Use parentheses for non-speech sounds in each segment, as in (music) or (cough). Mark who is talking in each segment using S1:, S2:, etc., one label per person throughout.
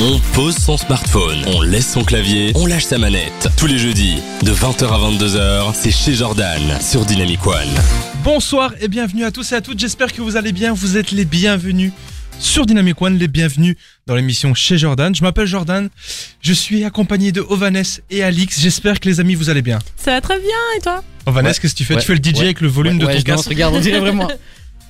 S1: On pose son smartphone, on laisse son clavier, on lâche sa manette. Tous les jeudis, de 20h à 22h, c'est chez Jordan sur Dynamic One.
S2: Bonsoir et bienvenue à tous et à toutes. J'espère que vous allez bien. Vous êtes les bienvenus sur Dynamic One, les bienvenus dans l'émission chez Jordan. Je m'appelle Jordan. Je suis accompagné de Ovanes et Alix. J'espère que les amis vous allez bien.
S3: Ça va très bien et toi
S2: Ovanes,
S4: Ouais,
S2: qu'est-ce que tu fais
S4: ouais,
S2: Tu fais le DJ
S4: ouais,
S2: avec le volume de
S4: ouais,
S2: ton
S4: je danse,
S2: casque
S4: regarde, on dirait (laughs) vraiment.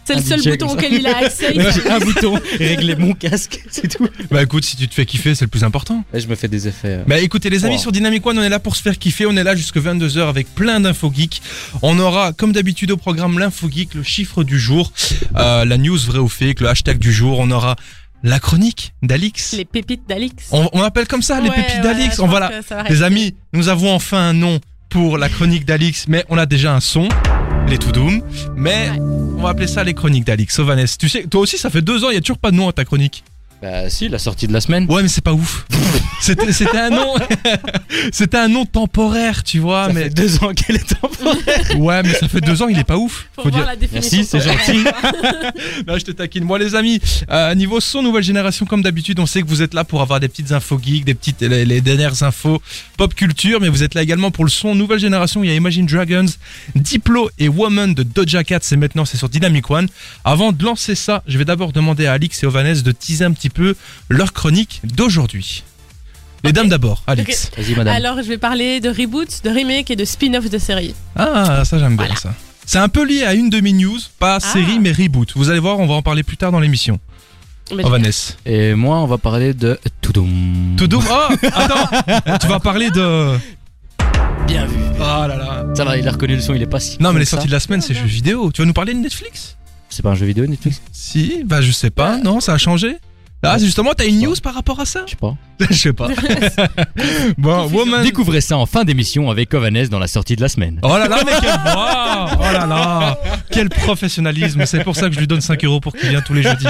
S3: C'est le
S4: Un
S3: seul
S4: DJ
S3: bouton
S4: comme ça.
S3: auquel
S2: (laughs)
S3: il a accès.
S4: Ouais, J'ai un bouton, régler mon casque, (laughs) c'est tout.
S2: Bah écoute, si tu te fais kiffer, c'est le plus important.
S4: Là, je me fais des effets. euh.
S2: Bah écoutez les amis
S4: Wow.
S2: sur Dynamic One, on est là pour se faire kiffer. On est là jusque 22h avec plein d'infos geeks. On aura comme d'habitude au programme l'info geek, le chiffre du jour, euh, la news vraie ou fake, le hashtag du jour. On aura la chronique d'Alix.
S3: Les pépites d'Alix.
S2: On, on appelle comme ça les
S3: Ouais,
S2: pépites
S3: ouais,
S2: d'Alix.
S3: je
S2: on
S3: pense
S2: va la-
S3: que ça va
S2: Les
S3: rester.
S2: amis, nous avons enfin un nom pour la chronique d'Alix, mais on a déjà un son, les Toudoum. Mais
S3: Ouais.
S2: on va appeler ça les chroniques d'Alix. Sovanès, tu sais, toi aussi, ça fait deux ans, il n'y a toujours pas de nom à ta chronique.
S4: Bah, si, la sortie de la semaine.
S2: Ouais, mais c'est pas ouf. (laughs) C'était c'était un nom, (laughs) c'était un nom temporaire, tu vois.
S4: Ça
S2: mais
S4: fait deux ans qu'elle est (laughs) en France.
S2: ouais, mais ça fait deux ans, il est pas ouf.
S3: Faut
S2: Faut
S3: voir
S2: dire.
S3: la définition.
S4: Merci, c'est
S2: (laughs)
S3: pour-
S4: gentil.
S2: Là, je te taquine. Moi, les amis, euh, niveau son, nouvelle génération, comme d'habitude, on sait que vous êtes là pour avoir des petites infos geeks, des petites, les, les dernières infos pop culture, mais vous êtes là également pour le son. Nouvelle génération, il y a Imagine Dragons, Diplo et Woman de Doja Cat. C'est maintenant, c'est sur Dynamic One. Avant de lancer ça, je vais d'abord demander à Alix et Ovanès de teaser un petit peu leur chronique d'aujourd'hui. Les dames d'abord, Alix.
S4: Vas-y, madame.
S3: Alors, je vais parler de reboot, de remake et de spin-off de séries.
S2: Ah, ça j'aime bien ça. C'est un peu lié à une demi-news, pas série mais reboot. Vous allez voir, on va en parler plus tard dans l'émission.
S3: Mais-
S2: Ovanès.
S4: Et moi, on va parler de Toudoum.
S2: Tout doux. Oh, attends, tu vas parler de.
S4: Bien vu.
S2: Oh là là.
S4: Ça va, il a reconnu le son, il est pas si.
S2: Non, mais les
S4: ça.
S2: sorties de la semaine, c'est jeux vidéo. Tu vas nous parler de Netflix
S4: C'est pas un jeu vidéo, Netflix
S2: Si, bah je sais pas, non, ça a changé. Là, justement, t'as une news par rapport à ça
S4: Je sais pas.
S2: Je sais pas. bon, Woman.
S4: Découvrez ça en fin d'émission avec Ovanès dans la sortie de la semaine.
S2: Oh là là, mais quelle voix Oh là là Quel professionnalisme C'est pour ça que je lui donne 5 euros pour qu'il vienne tous les jeudis.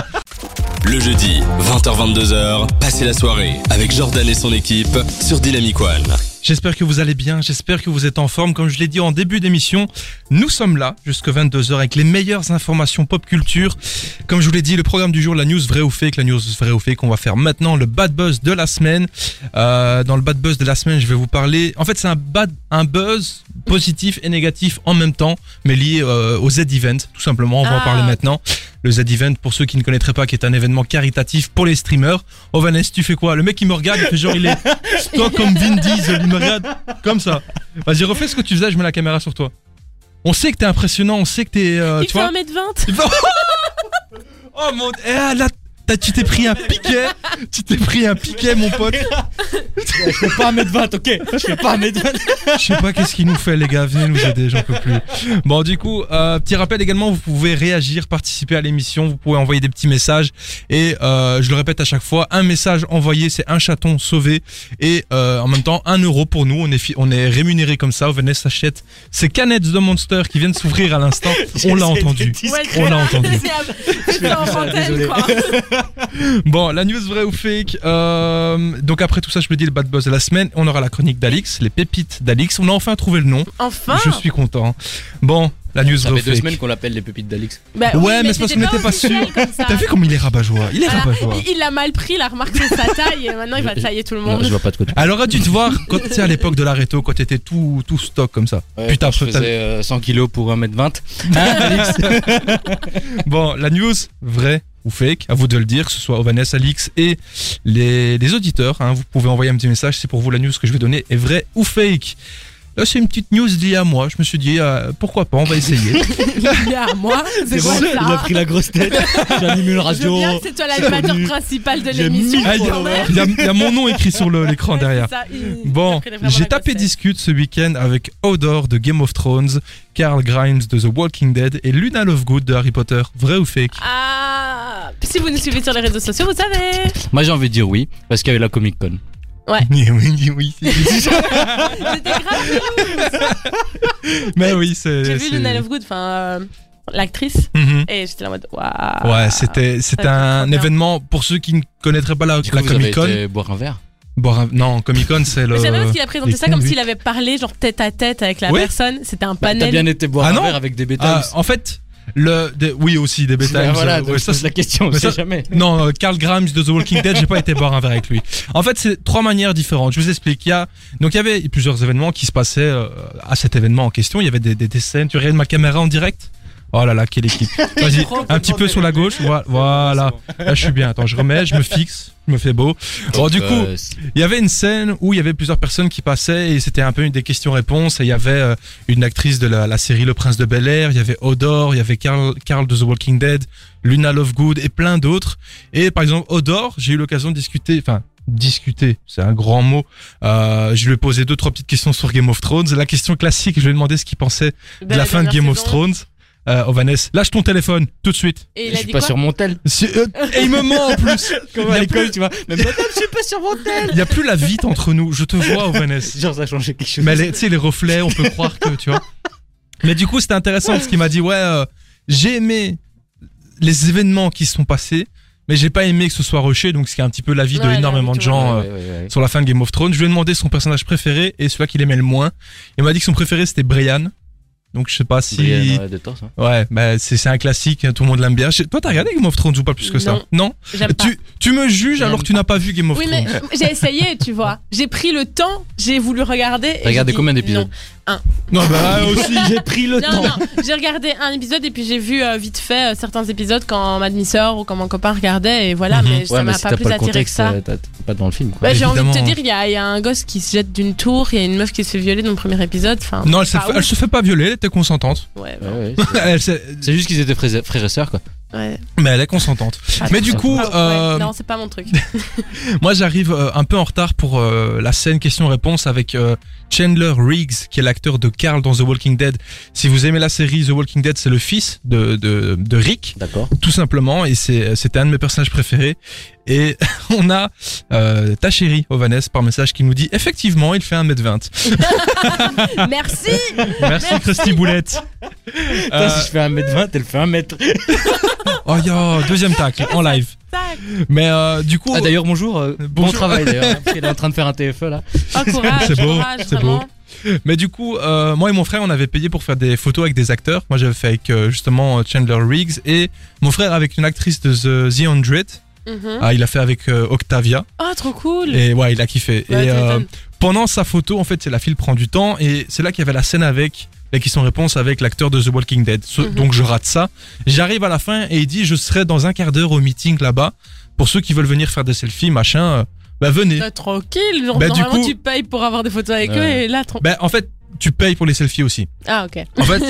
S1: Le jeudi, 20h-22h, passez la soirée avec Jordan et son équipe sur Dynamic One.
S2: J'espère que vous allez bien, j'espère que vous êtes en forme. Comme je l'ai dit en début d'émission, nous sommes là jusque 22h avec les meilleures informations pop culture. Comme je vous l'ai dit, le programme du jour, la news vrai ou fake, la news vrai ou fake qu'on va faire maintenant, le bad buzz de la semaine. Euh, dans le bad buzz de la semaine, je vais vous parler. En fait, c'est un, bad, un buzz positif et négatif en même temps, mais lié euh, au Z-Event, tout simplement. On va en
S3: Ah.
S2: parler maintenant. Le Z-Event, pour ceux qui ne connaîtraient pas, qui est un événement caritatif pour les streamers. Oh Vanessa, tu fais quoi Le mec, il me regarde, il fait genre, il est toi comme Vin Diesel, il me regarde comme ça. Vas-y, refais ce que tu faisais, je mets la caméra sur toi. On sait que t'es impressionnant, on sait que t'es. euh,
S3: Il
S2: tu
S3: fait
S2: vois
S3: 1m20.
S2: Oh mon. Eh, là, t'as- tu t'es pris un piquet. Tu t'es pris un piquet, mon pote.
S4: Je fais pas 1m20, ok Je fais pas 1m20. (laughs)
S2: Je sais pas qu'est-ce qu'il nous fait, les gars. Venez nous aider, j'en peux plus. Bon, du coup, euh, petit rappel également, vous pouvez réagir, participer à l'émission, vous pouvez envoyer des petits messages. Et euh, je le répète à chaque fois, un message envoyé, c'est un chaton sauvé. Et euh, en même temps, un euro pour nous. On est, fi- on est rémunéré comme ça. Venez s'achète ces canettes de Monster qui viennent s'ouvrir à
S4: (laughs)
S2: l'instant. On l'a entendu. On l'a entendu.
S3: C'est en
S4: désolé.
S3: antenne, quoi.
S2: Bon, la news vraie ou fake. euh, donc après tout ça, je me dis le bad buzz de la semaine. On aura la chronique d'Alix, les pépites d'Alix. On a enfin trouvé le nom.
S3: Enfin.
S2: Je suis content. Bon, la news
S4: Ça
S2: vraie ou
S4: fait deux
S2: fake.
S4: semaines qu'on l'appelle les pépites d'Alix.
S3: Bah oui,
S2: Ouais, mais c'est parce qu'on
S3: c'était
S2: n'était pas
S3: officiel comme ça.
S2: Ah, T'as vu comme il est rabat-joie Il est
S3: Voilà,
S2: rabat-joie.
S3: il- Il a mal pris la remarque de sa taille et maintenant il va
S4: Je-
S3: tailler tout le
S4: Non,
S3: monde.
S4: je vois pas de quoi tu
S2: Alors là, tu te voir quand tu sais, à l'époque de la réto, quand t'étais tout, tout stock comme ça.
S4: Ouais,
S2: Putain,
S4: je
S2: après, t'as-
S4: faisais euh, 100 kilos pour 1m20.
S2: Ah, Bon, la news, vraie ou fake, à vous de le dire, que ce soit Ovanès, Alix et les, les auditeurs. hein, vous pouvez envoyer un petit message si pour vous la news que je vais donner est vraie ou fake. Là, c'est une petite news liée à moi. Je me suis dit, euh, pourquoi pas, on va essayer.
S3: Il est à moi. C'est quoi
S4: il a
S3: ça
S4: pris la grosse
S3: (laughs)
S4: tête. J'ai animé le
S3: Je veux
S4: radio.
S3: bien que c'est toi l'animateur principal de
S4: J'ai
S3: l'émission.
S4: mis-
S2: Ah, Il y,
S3: quand même.
S2: a- il y a- il y a mon nom écrit sur le- l'écran
S3: Ouais, c'est
S2: derrière.
S3: ça, il- il a
S2: (laughs) Bon,
S3: pris vraiment
S2: j'ai
S3: la
S2: tapé
S3: grosse tête.
S2: discute ce week-end avec Odor de Game of Thrones, Carl Grimes de The Walking Dead et Luna Lovegood de Harry Potter. Vrai ou fake
S3: Ah, si vous nous suivez sur les réseaux sociaux, vous savez.
S4: Moi j'ai envie de dire oui, parce qu'il y avait la Comic
S2: (laughs)
S4: Con.
S2: Oui, oui, oui.
S3: C'était grave.
S2: (laughs) Mais oui, c'est.
S3: J'ai
S2: c'est-
S3: vu Luna Lovegood, enfin euh, l'actrice,
S2: Mhm.
S3: et j'étais là en mode waouh.
S2: Ouais, c'était c'était
S3: Ah, Ça a été
S2: un
S3: trop bien.
S2: événement pour ceux qui ne connaîtraient pas la,
S4: Du coup,
S2: la
S4: vous avez
S2: Comic Con.
S4: été boire un verre.
S2: Boire un- non, Comic Con c'est le.
S3: Mais j'aime bien parce qu'il a présenté
S2: euh, les
S3: ça comme
S2: conduits.
S3: s'il avait parlé genre tête à tête avec la
S2: Oui.
S3: personne. C'était un
S4: Bah, T'as
S3: panel.
S4: bien été boire
S2: Ah
S4: un
S2: non
S4: (laughs) verre avec des
S2: Ah,
S4: bêtas.
S2: en fait, le, des- oui aussi des bêta.
S4: Ben voilà,
S2: ouais,
S4: donc je
S2: ça,
S4: pose la question, on
S2: mais
S4: sait
S2: ça-
S4: jamais.
S2: (laughs) Non, euh, Carl Grimes de The Walking Dead, j'ai pas été boire un verre avec lui. En fait, c'est trois manières différentes. Je vous explique. Il y a, donc il y avait plusieurs événements qui se passaient euh, à cet événement en question. Il y avait des, des, des scènes. Tu regardes ma caméra en direct Oh là là, quelle équipe. Vas-y, un petit peu sur la gauche. voi- Voilà. Là, je suis bien. Attends, je remets, je me fixe, je me fais beau. Bon, du coup,
S4: Euh,
S2: il y avait une scène où il y avait plusieurs personnes qui passaient et c'était un peu une des questions-réponses. Et il y avait euh, une actrice de la, la série Le Prince de Bel Air, il y avait Odor, il y avait Carl, Carl de The Walking Dead, Luna Lovegood et plein d'autres. Et par exemple, Odor, j'ai eu l'occasion de discuter, enfin discuter, c'est un grand mot. Euh, je lui ai posé deux trois petites questions sur Game of Thrones. La question classique, je lui ai demandé ce qu'il pensait de la, fin de Game of Thrones. Euh, Ovanes, lâche ton téléphone tout de suite.
S3: Et il
S4: je
S3: a
S4: suis
S3: dit
S4: pas
S3: quoi
S4: sur mon tel.
S2: Si- euh, et il me ment en (laughs) plus.
S4: Comme
S2: Il y
S4: à
S2: a
S4: l'école,
S2: plus-
S4: tu vois. Même pas, je suis pas sur mon
S2: (laughs)
S4: tel.
S2: Il y a plus la vite entre nous. Je te vois, Ovanes.
S4: Genre, ça a changé quelque chose.
S2: Mais les- tu sais, les reflets, on peut croire que, tu vois. Mais du coup, c'était intéressant parce qu'il m'a dit, ouais, euh, j'ai aimé les événements qui se sont passés, mais j'ai pas aimé que ce soit rushé, donc ce qui est un petit peu l'avis de
S3: Ouais,
S2: énormément
S3: l'avis,
S2: de
S3: tu
S4: Ouais,
S3: vois.
S2: gens euh,
S4: ouais, ouais, ouais.
S2: sur la fin de Game of Thrones. Je lui ai demandé son personnage préféré et celui qu'il aimait le moins. Il m'a dit que son préféré c'était Brian. Donc je sais pas si.
S4: Brian, ouais, de torse, hein.
S2: Ouais, bah, c'est c'est un classique, tout le monde l'aime bien. Je sais- Toi, t'as regardé Game of Thrones ou pas plus que ça
S3: Non.
S2: Non
S3: J'aime pas.
S2: tu, tu me juges
S4: J'aime
S2: alors que tu n'as pas vu Game of
S3: Oui, mais (laughs)
S2: Thrones.
S3: j'ai essayé, tu vois. J'ai pris le temps, j'ai voulu regarder. et
S4: T'as regardé
S3: j'ai dit
S4: combien d'épisodes
S3: non.
S2: Non, bah aussi.
S4: J'ai pris le
S3: Non,
S4: temps.
S3: non, j'ai regardé un épisode et puis j'ai vu euh, vite fait euh, certains épisodes quand ma demi-sœur ou quand mon copain regardait et voilà,
S2: Mhm.
S3: mais ça
S4: Ouais, mais
S3: m'a
S4: si
S3: pas
S4: t'as
S3: plus
S4: pas le
S3: attiré que
S4: contexte,
S3: ça.
S4: euh, t'as- t'es pas dans le film, quoi.
S3: Bah, j'ai envie de te
S2: Évidemment.
S3: dire, il y, a- il y a un gosse qui se jette d'une tour, il y a une meuf qui se fait violer dans le premier épisode. Enfin,
S2: Non, elle se,
S3: pas
S2: fait, elle
S3: ouf.
S2: se fait pas violer, elle était consentante.
S3: Ouais,
S4: Ouais,
S3: ouais,
S4: ouais.
S2: Euh, Elle s'est-
S4: C'est juste qu'ils étaient frères, frères et sœurs, quoi.
S3: ouais.
S2: Mais elle est consentante.
S3: Ah,
S2: Mais
S4: tout
S2: du
S4: ça.
S2: coup,
S3: Ah, ouais,
S2: euh,
S3: Non, c'est pas
S2: (laughs)
S3: mon truc.
S2: moi j'arrive euh, un peu en retard pour euh, la scène question-réponse avec euh, Chandler Riggs, qui est l'acteur de Carl dans The Walking Dead. Si vous aimez la série The Walking Dead, c'est le fils de, de, de Rick,
S4: D'accord.
S2: tout simplement, et c'est c'était un de mes personnages préférés. Et (laughs) on a euh, ta chérie, Ovanes, par message qui nous dit effectivement, il fait 1m20.
S3: Merci
S2: Merci Krusty Boulette.
S4: Putain, si je fais 1m20, elle fait 1m.
S2: Euh, oh yo, deuxième tacle en live.
S3: Tac.
S2: Mais euh, du coup,
S4: Ah, d'ailleurs, bonjour. euh, Bon
S2: Bonjour.
S4: travail,
S2: (laughs)
S4: d'ailleurs. hein, parce qu'elle est en train de faire un TFE, là.
S3: Oh, courage,
S2: (laughs) C'est beau,
S3: courage,
S2: c'est beau.
S3: vraiment.
S2: Mais du coup, euh, moi et mon frère, on avait payé pour faire des photos avec des acteurs. Moi, j'avais fait avec euh, justement euh, Chandler Riggs et mon frère avec une actrice de The, The 100.
S3: Mhm.
S2: Ah, il a fait avec euh, Octavia
S3: Oh, trop cool
S2: et ouais, il a kiffé.
S3: Ouais,
S2: et
S3: tu
S2: euh,
S3: m'étonnes.
S2: pendant sa photo, en fait, c'est la file prend du temps et c'est là qu'il y avait la scène avec la question-réponse avec l'acteur de The Walking Dead. Ce-
S3: Mhm.
S2: Donc je rate ça. J'arrive à la fin et il dit je serai dans un quart d'heure au meeting là-bas pour ceux qui veulent venir faire des selfies, machin. euh, bah venez.
S3: Toi, Tranquille, genre,
S2: Bah, du
S3: normalement
S2: coup-
S3: tu payes pour avoir des photos avec eux
S4: Ouais.
S3: et là, tran-
S2: Bah en fait, tu payes pour les selfies aussi. (laughs)
S3: Ah, ok.
S2: En fait,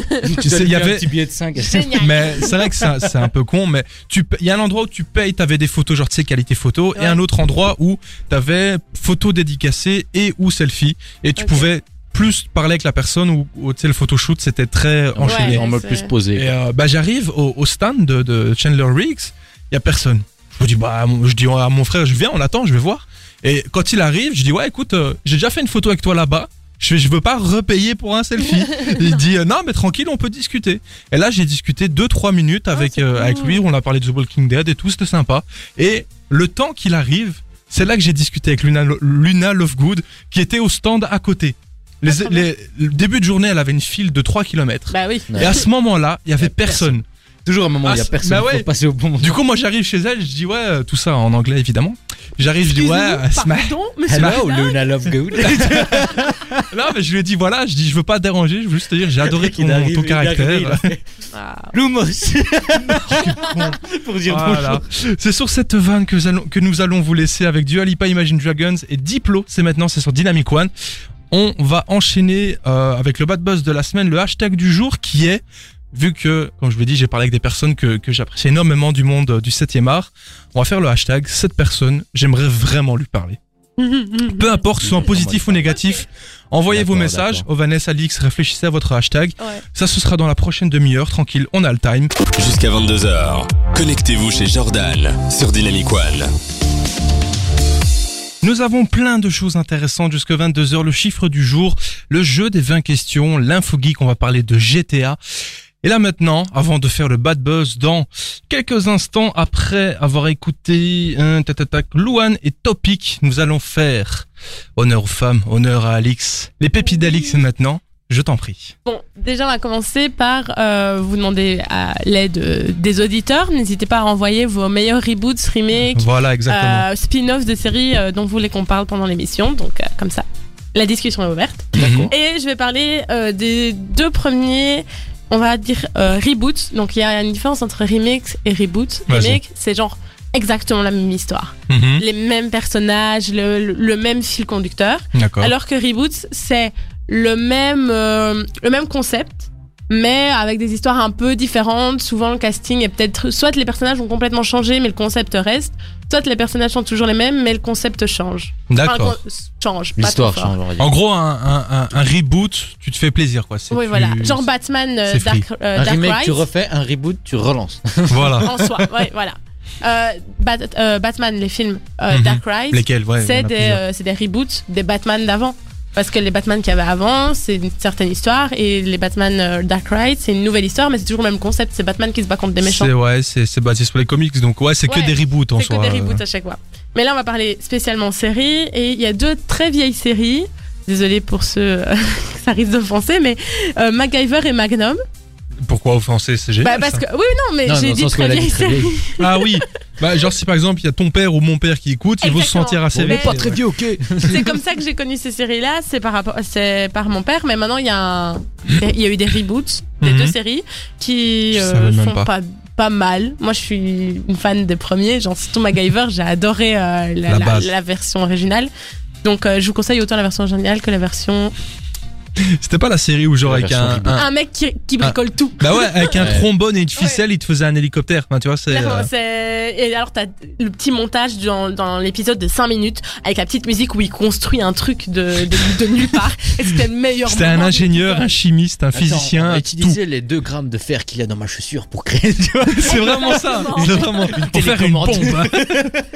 S2: tu sais, il y
S4: Donne-lui
S2: avait
S4: un petit billet de 5.
S3: Génial
S2: Mais c'est vrai que c'est un- c'est un peu con, mais tu pa- il y a un endroit où tu payes, t'avais des photos genre tu sais qualité photo, et
S3: Ouais.
S2: un autre endroit où t'avais photo dédicacée et ou selfie, et tu
S3: Ok.
S2: pouvais plus parler avec la personne ou ou, tu sais le photoshoot c'était très enchaîné.
S4: En mode
S3: c'est-
S4: plus posé.
S2: Et euh, bah j'arrive au, au stand de, de Chandler Riggs, il y a personne. Je me dis bah mon- je dis à mon frère je viens, on attend, je vais voir. Et quand il arrive, je dis ouais écoute, euh, j'ai déjà fait une photo avec toi là-bas. Je, fais, je veux pas repayer pour un
S3: (laughs)
S2: selfie. il dit euh, non mais tranquille, on peut discuter. Et là j'ai discuté 2-3 minutes avec
S3: Ah, c'est
S2: euh, avec
S3: cool.
S2: lui, on a parlé de The Walking Dead et tout, c'était sympa. Et le temps qu'il arrive, c'est là que j'ai discuté avec Luna, Lo- Luna Lovegood qui était au stand à côté. Les,
S3: Ah, trop bien.
S2: les- le début de journée, elle avait une file de 3 kilomètres.
S3: Bah oui.
S4: Ouais.
S2: Et à ce moment-là, il y avait personne.
S4: Toujours un moment où
S2: Ah,
S4: il y a
S2: c'est-
S4: personne.
S2: bah ouais.
S4: Faut passer au bon moment.
S2: Du coup, moi, j'arrive chez elle, je dis ouais, euh, tout ça en anglais évidemment. J'arrive, je dis ouais, euh, (laughs)
S3: Excuse-nous,
S2: sma-
S3: pardon, mais c'est
S4: Hello,
S3: pas grave.
S4: Luna Lovegood. (laughs)
S2: là, mais je lui ai dit voilà, je dis je veux pas te déranger, je veux juste te dire j'ai adoré
S4: (laughs)
S2: ton,
S4: Il arrive,
S2: ton
S4: il arrive, il a
S2: caractère.
S4: fait
S3: Ah,
S4: Lumos. Pour dire
S2: (laughs) Voilà. C'est sur cette vanne que, nous allons- que nous allons vous laisser avec Dua Lipa, Imagine Dragons et Diplo. C'est maintenant, c'est sur Dynamic One. On va enchaîner euh, avec le bad buzz de la semaine, le hashtag du jour qui est, vu que, comme je vous l'ai dit, j'ai parlé avec des personnes que, que j'apprécie énormément du monde euh, du 7e art, on va faire le hashtag cette personne, j'aimerais vraiment lui parler. Peu importe, que ce soit en positif ou négatif, envoyez vos
S4: D'accord,
S2: messages. Ovanes, Alix, réfléchissez à votre hashtag.
S3: ouais.
S2: Ça, ce sera dans la prochaine demi-heure, tranquille, on a le time.
S1: Jusqu'à 22h, connectez-vous chez Jordan sur Dynamic One.
S2: Nous avons plein de choses intéressantes jusqu'à 22h, le chiffre du jour, le jeu des 20 questions, l'info geek, on va parler de GTA. Et là maintenant, avant de faire le bad buzz, dans quelques instants après avoir écouté un tatatac Louane et Topic, nous allons faire honneur aux femmes, honneur à Alix. Les pépites d'Alix maintenant. Je t'en prie.
S3: Bon, déjà, on va commencer par euh, vous demander à l'aide euh, des auditeurs. N'hésitez pas à envoyer vos meilleurs reboots, remakes,
S2: Voilà, exactement.
S3: euh, spin-offs de séries euh, dont vous voulez qu'on parle pendant l'émission. Donc, euh, comme ça, la discussion est ouverte.
S2: D'accord.
S3: Et je vais parler euh, des deux premiers, on va dire, euh, reboots. Donc, il y a une différence entre remix et reboot.
S2: Vas-y.
S3: Remake, c'est genre exactement la même histoire.
S2: Mhm.
S3: Les mêmes personnages, le- le- le même fil conducteur.
S2: D'accord.
S3: Alors que Reboot, c'est le même, euh, le même concept, mais avec des histoires un peu différentes. Souvent, le casting est peut-être. Soit les personnages ont complètement changé, mais le concept reste. Soit les personnages sont toujours les mêmes, mais le concept change. Enfin, le
S2: D'accord.
S3: con- change. pas
S4: L'histoire
S3: trop fort.
S4: change, on va dire.
S2: En gros, un, un- un- un reboot, tu te fais plaisir, quoi. C'est-
S3: Oui,
S2: tu-
S3: voilà. Genre Batman euh,
S2: c'est free.
S3: Dark, euh,
S4: Un
S3: Dark
S4: remake,
S3: Rise.
S4: tu refais, un reboot, tu relances.
S2: Voilà.
S3: En soi, ouais, voilà. Euh, Bat- euh, Batman, les films euh,
S2: Mhm.
S3: Dark Rise.
S2: Lesquels, ouais. il y en a
S3: c'est des,
S2: plusieurs.
S3: euh, c'est des reboots des Batman d'avant. Parce que les Batman qu'il y avait avant, c'est une certaine histoire. Et les Batman euh, Dark Knight, c'est une nouvelle histoire, mais c'est toujours le même concept. C'est Batman qui se bat contre des méchants.
S2: C'est ouais, c'est c'est basé sur les comics, donc ouais, c'est que
S3: Ouais,
S2: des reboots en
S3: C'est que
S2: soi.
S3: des reboots à chaque fois. Mais là, on va parler spécialement séries. Et il y a deux très vieilles séries. Désolée pour ceux euh, (laughs) que ça risque d'offenser, mais euh, MacGyver et Magnum.
S2: Pourquoi offenser C'est
S3: Bah,
S2: génial.
S3: parce
S2: ça.
S3: que oui, non, mais
S4: Non, dans
S3: j'ai
S4: le
S3: dit
S4: sens
S3: très
S4: qu'elle a
S3: vieille
S4: dit très
S3: série.
S4: vieille.
S2: Ah oui. Bah, genre si par exemple il y a ton père ou mon père qui écoute, ils vont se
S3: Exactement.
S2: sentir
S4: On
S2: assez
S4: est
S3: mais-
S2: vexés,
S4: pas très
S2: ouais.
S4: vieux, ok.
S3: C'est comme ça que j'ai connu ces séries-là, c'est par rapport, c'est par mon père, mais maintenant il y a un- il y a eu des reboots des
S2: Mhm.
S3: deux séries qui
S2: Je
S3: euh,
S2: savais même
S3: sont
S2: pas.
S3: pas. pas mal. Moi, je suis une fan des premiers, genre surtout MacGyver, j'ai adoré
S2: La
S3: euh, la, la-
S2: base.
S3: la version originale. Donc, euh, je vous conseille autant la version originale que la version.
S2: C'était pas la série où genre
S4: La
S2: avec
S4: version
S2: un,
S4: reboot.
S2: un-
S3: Un mec qui, qui bricole tout.
S2: bah ouais, avec un
S4: Ouais.
S2: trombone et une ficelle, il te faisait un hélicoptère. Enfin, tu vois, c'est
S3: Clairement,
S2: euh,
S3: c'est- Et alors, t'as le petit montage dans, dans l'épisode de 5 minutes avec la petite musique où il construit un truc de, de, de
S2: (laughs)
S3: nulle part. Et c'était le meilleur
S2: c'était un
S3: moment.
S2: ingénieur, un chimiste, un physicien,
S4: Attends, on va
S2: un tout.
S4: utiliser les 2 grammes de fer qu'il y a dans ma chaussure pour créer. Tu vois
S2: C'est vraiment ça.
S3: Exactement.
S2: C'est vraiment pour faire une
S4: télécommande.
S2: bombe.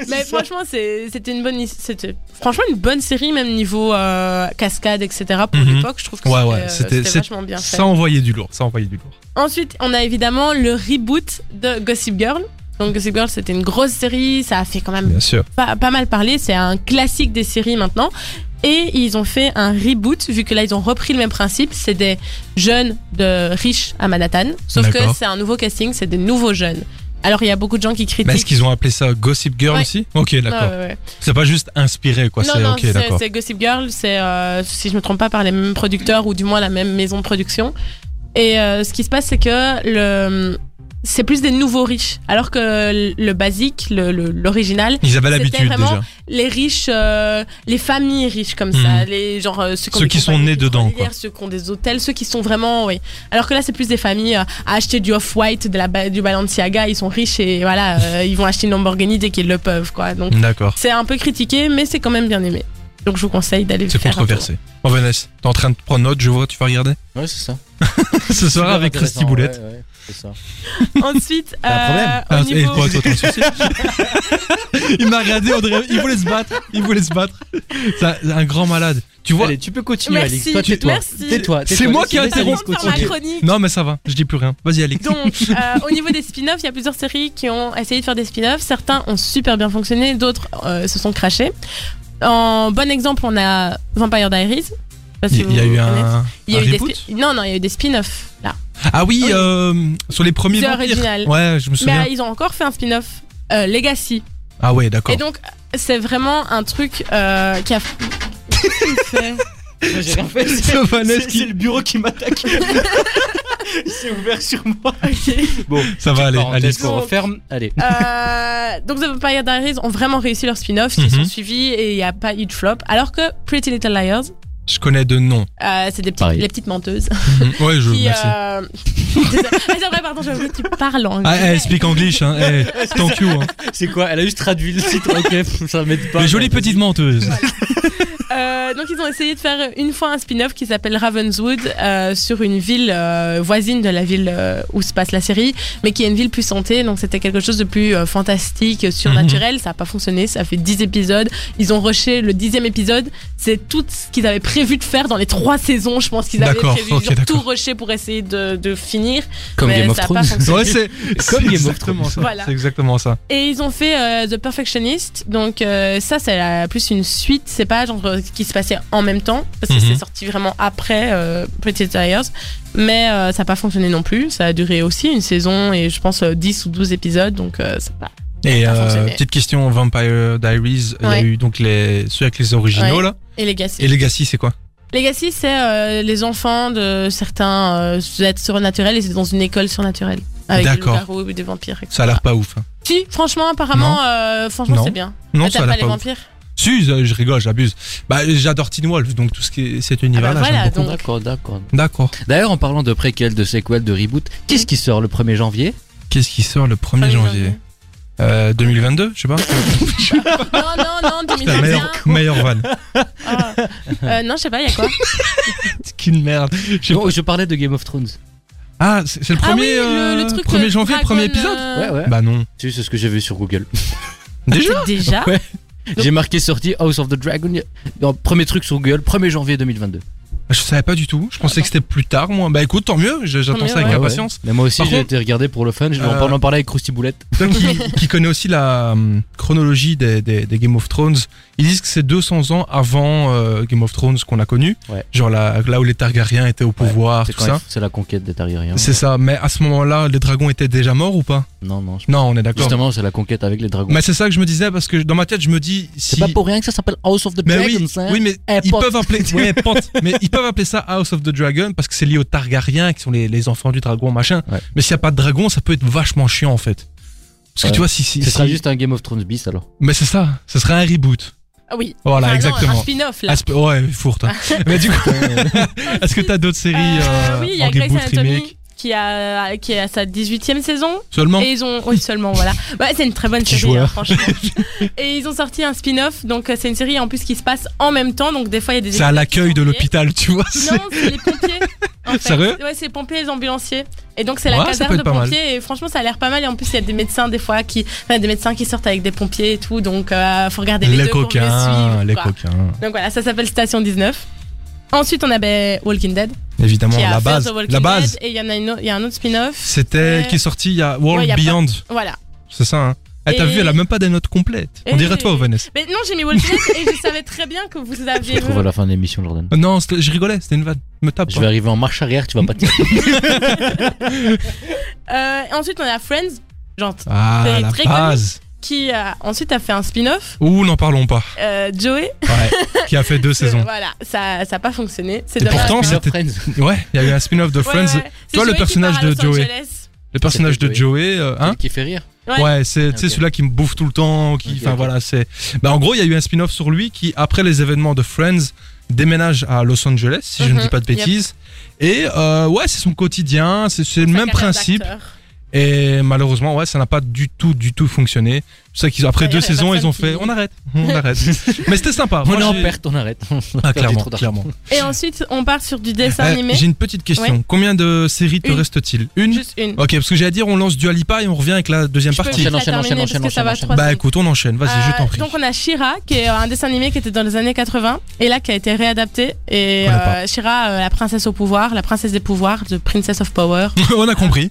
S3: Mais franchement, c'est- c'était une bonne, c'était franchement une bonne série, même niveau euh, cascade, etc. Pour
S2: Mhm.
S3: l'époque, je trouve que
S2: Ouais, ouais, c'était-
S3: c'était, euh,
S2: c'est-
S3: c'était vachement bien fait.
S2: Ça envoyait du lourd, ça envoyait du lourd.
S3: Ensuite, on a évidemment le reboot de Gossip Girl. Donc Gossip Girl, c'était une grosse série, ça a fait quand même
S2: sûr.
S3: pas, pas mal parler, c'est un classique des séries maintenant. Et ils ont fait un reboot, vu que là ils ont repris le même principe, c'est des jeunes de riches à Manhattan, sauf que
S2: D'accord.
S3: c'est un nouveau casting, c'est des nouveaux jeunes. Alors il y a beaucoup de gens qui
S2: Mais est-ce
S3: critiquent.
S2: qu'ils ont appelé ça Gossip Girl
S3: Ouais.
S2: aussi Ok,
S3: Ouais,
S2: d'accord.
S3: ouais, ouais.
S2: C'est pas juste inspiré, quoi. C'est
S3: non, non,
S2: ok,
S3: c'est-
S2: d'accord.
S3: c'est Gossip Girl, c'est, euh, si je me trompe pas, par les mêmes producteurs ou du moins la même maison de production. Et euh, ce qui se passe, c'est que le, c'est plus des nouveaux riches. Alors que le basique, le- le- l'original,
S2: Ils avaient
S3: c'était
S2: l'habitude
S3: vraiment
S2: déjà.
S3: les riches, euh, les familles riches comme
S2: Mhm.
S3: ça, les genre euh, ceux, ont
S2: Ceux
S3: des
S2: qui sont
S3: compagnies
S2: nés dedans,
S3: pétrolières, ceux qui ont des hôtels, ceux qui sont vraiment, oui. Alors que là, c'est plus des familles euh, à acheter du off-white, de la ba- du Balenciaga, ils sont riches et voilà, euh, ils vont acheter une Lamborghini dès qu'ils le peuvent, quoi. Donc (laughs)
S2: D'accord.
S3: c'est un peu critiqué, mais c'est quand même bien aimé. Donc je vous conseille d'aller
S2: C'est
S3: faire un tour.
S2: controversé. Bon, Vanessa, t'es en train de prendre note, je vois, tu vas regarder. (laughs)
S4: Ouais, c'est ça.
S2: Ce soir
S4: Super
S2: avec
S4: intéressant,
S2: Rusty Boulette.
S4: ouais, ouais, c'est ça.
S3: (laughs) Ensuite,
S4: T'as un problème
S3: euh,
S2: Ah,
S3: au
S2: et
S3: niveau-
S2: quoi, toi, t'as un
S3: (laughs)
S2: souci (laughs) Il m'a regardé, on dirait- il voulait se battre. Il voulait se battre. C'est un- c'est un grand malade. Tu vois
S4: Allez, tu peux continuer,
S3: Merci,
S4: Alix. Toi, tais-toi.
S3: merci.
S4: Tais-toi.
S2: C'est
S4: tais-toi,
S2: moi
S4: laisse-
S2: qui ai
S4: laisse Alix
S3: Avant de
S2: interrompu.
S3: faire ma
S4: continuer.
S3: chronique.
S2: Non, mais ça va, je dis plus rien. Vas-y, Alex.
S3: Donc, euh, au niveau des spin-offs, il y a plusieurs séries qui ont essayé de faire des spin-offs. Certains ont super bien fonctionné, d'autres euh, se sont crachés. En bon exemple, on a Vampire Diaries. Je sais pas si
S2: Il y a
S3: vous
S2: eu
S3: connaissez.
S2: un.
S3: Il y a
S2: un
S3: eu des
S2: reboot
S3: spi- non, non, il y a eu des spin-offs là.
S2: Ah oui,
S3: Oui.
S2: euh, sur les premiers
S3: C'est
S2: vampires.
S3: original.
S2: Ouais, je me
S3: Mais
S2: souviens.
S3: euh, ils ont encore fait un spin-off euh, Legacy.
S2: Ah ouais, d'accord.
S3: Et donc, c'est vraiment un truc euh, qui a. Qu'est-ce qu'il
S2: (laughs)
S3: fait
S4: Moi, j'ai rien fait.
S2: C'est Vanessa
S4: C'est-
S2: qui-
S4: c'est (laughs) le bureau qui (laughs) m'attaque. Il s'est ouvert sur moi. Bon,
S2: Ça va aller,
S4: parenthèse
S2: Alex.
S4: qu'on referme. Allez.
S3: Euh, donc The Vampire Diaries ont vraiment réussi leur spin-off, ils
S2: Mhm.
S3: sont suivis et il n'y a pas eu de flop. Alors que Pretty Little Liars,
S2: Je connais de nom.
S3: euh, c'est des petites,
S4: Pareil.
S3: les petites menteuses.
S2: Mhm. Ouais, je.
S3: qui,
S2: Merci.
S3: euh, (laughs) Désolée. Ah, c'est vrai, pardon, j'avoue, tu parles en
S2: Ah,
S3: anglais.
S2: elle speak English, hein. Hey, thank you. Hein.
S4: C'est quoi Elle a juste traduit le titre.
S2: (laughs)
S4: Ok, ça m'aide pas.
S2: Les jolies petites menteuses.
S3: Euh, donc ils ont essayé de faire une fois un spin-off qui s'appelle Ravenswood euh, sur une ville euh, voisine de la ville euh, où se passe la série, mais qui est une ville plus santé. Donc c'était quelque chose de plus euh, fantastique, euh, surnaturel.
S2: Mhm.
S3: Ça n'a pas fonctionné. Ça fait 10 épisodes. Ils ont rushé le dixième épisode. C'est tout ce qu'ils avaient prévu de faire dans les trois saisons. Je pense qu'ils avaient
S2: D'accord,
S3: prévu
S2: ok,
S3: ils ont tout
S2: d'accord.
S3: rushé pour essayer de, de finir.
S4: Comme
S3: mais
S4: Game of
S3: ça a
S4: Thrones.
S3: pas fonctionné.
S2: Ouais, c'est
S4: Comme
S2: c'est
S4: Game of
S2: exactement
S4: Thrones.
S2: ça.
S3: Voilà.
S2: C'est exactement ça.
S3: Et ils ont fait euh, The Perfectionist, donc euh, ça c'est la- plus une suite, c'est pas genre euh, euh, qui se passait en même temps, parce que
S2: Mhm.
S3: c'est sorti vraiment après euh, Pretty Little Liars. Mais euh, ça n'a pas fonctionné non plus. Ça a duré aussi une saison et je pense euh, 10 ou 12 épisodes, donc euh, c'est pas.
S2: Et
S3: Ça a
S2: euh,
S3: fonctionné.
S2: petite question Vampire Diaries, il y a
S3: Ouais.
S2: eu donc les, ceux avec les originaux
S3: Ouais.
S2: là.
S3: Et Legacy.
S2: Et Legacy, c'est quoi
S3: Legacy, c'est euh, les enfants de certains euh, êtres surnaturels et c'est dans une école surnaturelle. Avec des
S2: D'accord.
S3: loups-garous et des vampires. etc.
S2: Ça a l'air pas ouf. hein.
S3: Si, franchement, apparemment, euh,
S2: Non.
S3: franchement, c'est bien.
S2: Non,
S3: Mais
S2: ça
S3: t'as
S2: a
S3: pas
S2: l'air
S3: les
S2: pas ouf.
S3: vampires
S2: Si, je je rigole, j'abuse. Bah, j'adore Teen Wolf, donc tout ce qui est cet univers-là,
S3: Ah bah voilà,
S2: j'aime beaucoup.
S3: donc-
S4: D'accord, d'accord.
S2: D'accord.
S4: D'ailleurs, en parlant de préquel, de sequel, de reboot, qu'est-ce qui sort le 1er janvier
S2: Qu'est-ce qui sort le 1er
S3: Premier
S2: janvier,
S3: janvier.
S2: Euh, 2022, je sais pas.
S3: Non,
S2: (laughs)
S3: non,
S2: Putain,
S3: non, 2021.
S2: meilleur, meilleur van. (laughs)
S3: Ah. Euh, non, je sais pas, il y a quoi
S2: Qu'une merde. Je sais pas.
S4: Non, Oh, Je parlais de Game of Thrones.
S2: Ah, c'est c'est le
S3: Ah
S2: (laughs)
S3: oui,
S2: premier,
S3: le, le
S2: euh,
S3: truc.
S2: 1er
S3: le
S2: janvier,
S3: dragon,
S2: premier épisode
S3: euh, Ah,
S4: Ouais, ouais.
S2: Bah non.
S4: C'est ce que j'ai vu sur
S2: (laughs)
S4: Google.
S2: Déjà
S3: c'est Déjà
S4: Ouais. J'ai marqué sortie House of the Dragon. Non, premier truc sur Google, 1er janvier 2022.
S2: Je savais pas du tout. Je pensais
S3: Ah
S2: que c'était plus tard, moi. Bah écoute, tant mieux. je- J'attends
S3: Tant mieux,
S2: ça avec
S3: ouais. (laughs)
S2: impatience.
S4: Mais moi aussi,
S2: Par
S4: j'ai
S2: contre-
S4: été regarder pour le fun. Je vais
S2: Euh,
S4: en en parler avec Krusty Boulette.
S2: Toi qui, qui connais aussi la hum, chronologie des, des- des Game of Thrones, ils disent que c'est 200 ans avant euh, Game of Thrones qu'on a connu.
S4: Ouais.
S2: Genre la- là où les Targaryens étaient au pouvoir,
S4: C'est
S2: tout
S4: quand
S2: ça.
S4: même- C'est la conquête des Targaryens.
S2: C'est ça. Mais à ce moment-là, les dragons étaient déjà morts ou pas
S4: Non, non. je-
S2: Non, on est d'accord.
S4: Justement, c'est la conquête avec les dragons.
S2: Mais c'est ça que je me disais parce que dans ma tête, je me dis si.
S4: C'est pas pour rien que ça s'appelle House of the
S2: mais
S4: Dragons.
S2: Ben oui,
S4: hein.
S2: oui, mais
S4: Eh,
S2: ils
S4: pote.
S2: peuvent
S4: (laughs)
S2: appeler, ouais, pote. mais ils peuvent appeler ça House of the Dragon parce que c'est lié aux Targaryens qui sont les, les enfants du dragon, machin.
S4: Ouais.
S2: Mais s'il n'y a pas de dragon, ça peut être vachement chiant en fait. Parce que
S4: Ouais.
S2: tu vois, si, si,
S4: Ce
S2: si-
S4: sera juste un Game of Thrones bis alors.
S2: Mais c'est ça, ce serait un reboot.
S3: Ah oui.
S2: Voilà,
S3: Enfin, non, un
S2: exactement.
S3: spin-off là.
S2: Aspe- ouais, fourre
S3: (laughs)
S2: toi. mais du coup, (laughs) est-ce que t'as d'autres séries
S3: Euh,
S2: euh,
S3: oui, il y a
S2: en
S3: Grey's
S2: reboot,
S3: Anatomy
S2: remake
S3: qui a, qui est à sa 18e saison.
S2: Seulement
S3: Et ils ont. Oui, seulement, voilà. Ouais, c'est une très bonne
S2: Petit
S3: série,
S2: joueur.
S3: hein,
S2: (laughs)
S3: franchement. Et ils ont sorti un spin-off. Donc, euh, c'est une série en plus qui se passe en même temps. Donc, des fois, il y a des.
S2: C'est à
S3: épisodes
S2: l'accueil
S3: qui
S2: de
S3: sont liés.
S2: l'hôpital, tu vois. c'est-
S3: Non, c'est les pompiers. En fait.
S2: Sérieux
S3: Ouais, c'est les pompiers et les ambulanciers. Et donc, c'est
S2: Ouais,
S3: la
S2: ça peut
S3: caserne
S2: être
S3: de
S2: pas mal.
S3: pompiers. Et franchement, ça a l'air pas mal. Et en plus, il y a des médecins, des fois, qui. Enfin, des médecins qui sortent avec des pompiers et tout. Donc, euh, faut regarder les,
S2: les
S3: deux pour mieux
S2: coquins,
S3: suivre,
S2: les
S3: quoi.
S2: coquins.
S3: Donc, voilà, ça s'appelle Station 19. Ensuite, on avait Walking Dead.
S2: Évidemment,
S3: qui a
S2: la
S3: Fear
S2: base.
S3: the Walking
S2: La base.
S3: Dead, Et il y en a, une autre- il y a un autre spin-off.
S2: C'était
S3: Ouais.
S2: qui est sorti il y a World
S3: Ouais, il y a pas-
S2: Beyond,
S3: Voilà.
S2: c'est ça. Hein. Eh, t'as
S3: Et-
S2: vu, elle a même pas des notes complètes. On
S3: Et-
S2: dirait toi, Vanessa.
S3: Mais non, j'ai mis Walking Dead et je savais très bien que vous
S4: Je
S3: aviez.
S4: retrouve à la fin de l'émission, Jordan.
S2: Euh, Non, c'était- je rigolais, c'était une vanne. Me tape. hein.
S4: Je
S2: pas.
S4: vais arriver en marche arrière, tu vas pas te
S3: Euh, et ensuite, on a Friends, genre,
S2: Ah,
S3: C'est
S2: la
S3: très
S2: base.
S3: qui euh, ensuite a fait un spin-off.
S2: Ouh, n'en parlons pas.
S3: Euh, Joey, (laughs)
S2: Ouais. qui a fait deux saisons.
S3: voilà, ça n'a pas fonctionné. C'est
S2: Et
S3: dommage.
S2: pourtant,
S3: Ouais,
S2: c'était-
S4: Friends.
S2: Ouais, il y a eu un spin-off de Friends.
S3: ouais, ouais. C'est
S2: toi, le
S3: Joey qui
S2: personnage
S3: part à
S2: de
S3: Los
S2: Joey.
S3: Angeles.
S2: Le personnage de
S4: C'était
S2: Joey, euh, hein
S4: qui fait rire.
S3: Ouais.
S2: Ouais, c'est tu sais,
S4: Ok.
S2: celui-là qui me bouffe tout le temps. Qui,
S4: Ok,
S2: enfin
S4: ok.
S2: voilà, c'est. Bah, en gros, il y a eu un spin-off sur lui qui, après les événements de Friends, déménage à Los Angeles, si je ne
S3: Mhm,
S2: dis pas de
S3: yep.
S2: bêtides. Et euh, ouais, c'est son quotidien, c'est c'est le
S3: Sa
S2: même
S3: carrière
S2: principe.
S3: d'acteur.
S2: Et malheureusement, ouais, ça n'a pas du tout, du tout fonctionné. C'est ça qu'ils ont. Après
S3: D'ailleurs,
S2: deux
S3: il y a
S2: saisons, ils ont fait,
S3: personne qui-
S2: on
S3: (laughs)
S2: arrête, on arrête. Mais c'était sympa.
S4: On
S2: Moi,
S4: est en
S2: j'ai-
S4: perte, on arrête.
S2: Ah,
S4: perdu
S2: clairement,
S4: trop d'argent.
S2: clairement.
S3: Et ensuite, on part sur du dessin
S2: Euh,
S3: animé.
S2: J'ai une petite question. Combien de séries te
S3: Une.
S2: reste-t-il Une.
S3: Juste une.
S2: Ok, parce que j'ai à dire, on lance du Alipa et on revient avec la deuxième
S3: Je peux
S2: partie.
S3: juste la
S4: Enchaîne, enchaîne,
S3: terminer
S4: enchaîne,
S3: parce que ça va
S4: enchaîne,
S3: trois
S2: Bah
S3: secondes.
S2: écoute, on enchaîne. Vas-y, je t'en prie.
S3: Euh, Donc on a Shira qui est euh, un dessin animé qui était dans les années 80 et là qui a été réadapté et
S2: Connais
S3: euh,
S2: pas.
S3: Shira euh, la princesse au pouvoir, la princesse des pouvoirs, de Princess of Power,
S2: (laughs) on a
S3: (laughs)
S2: compris.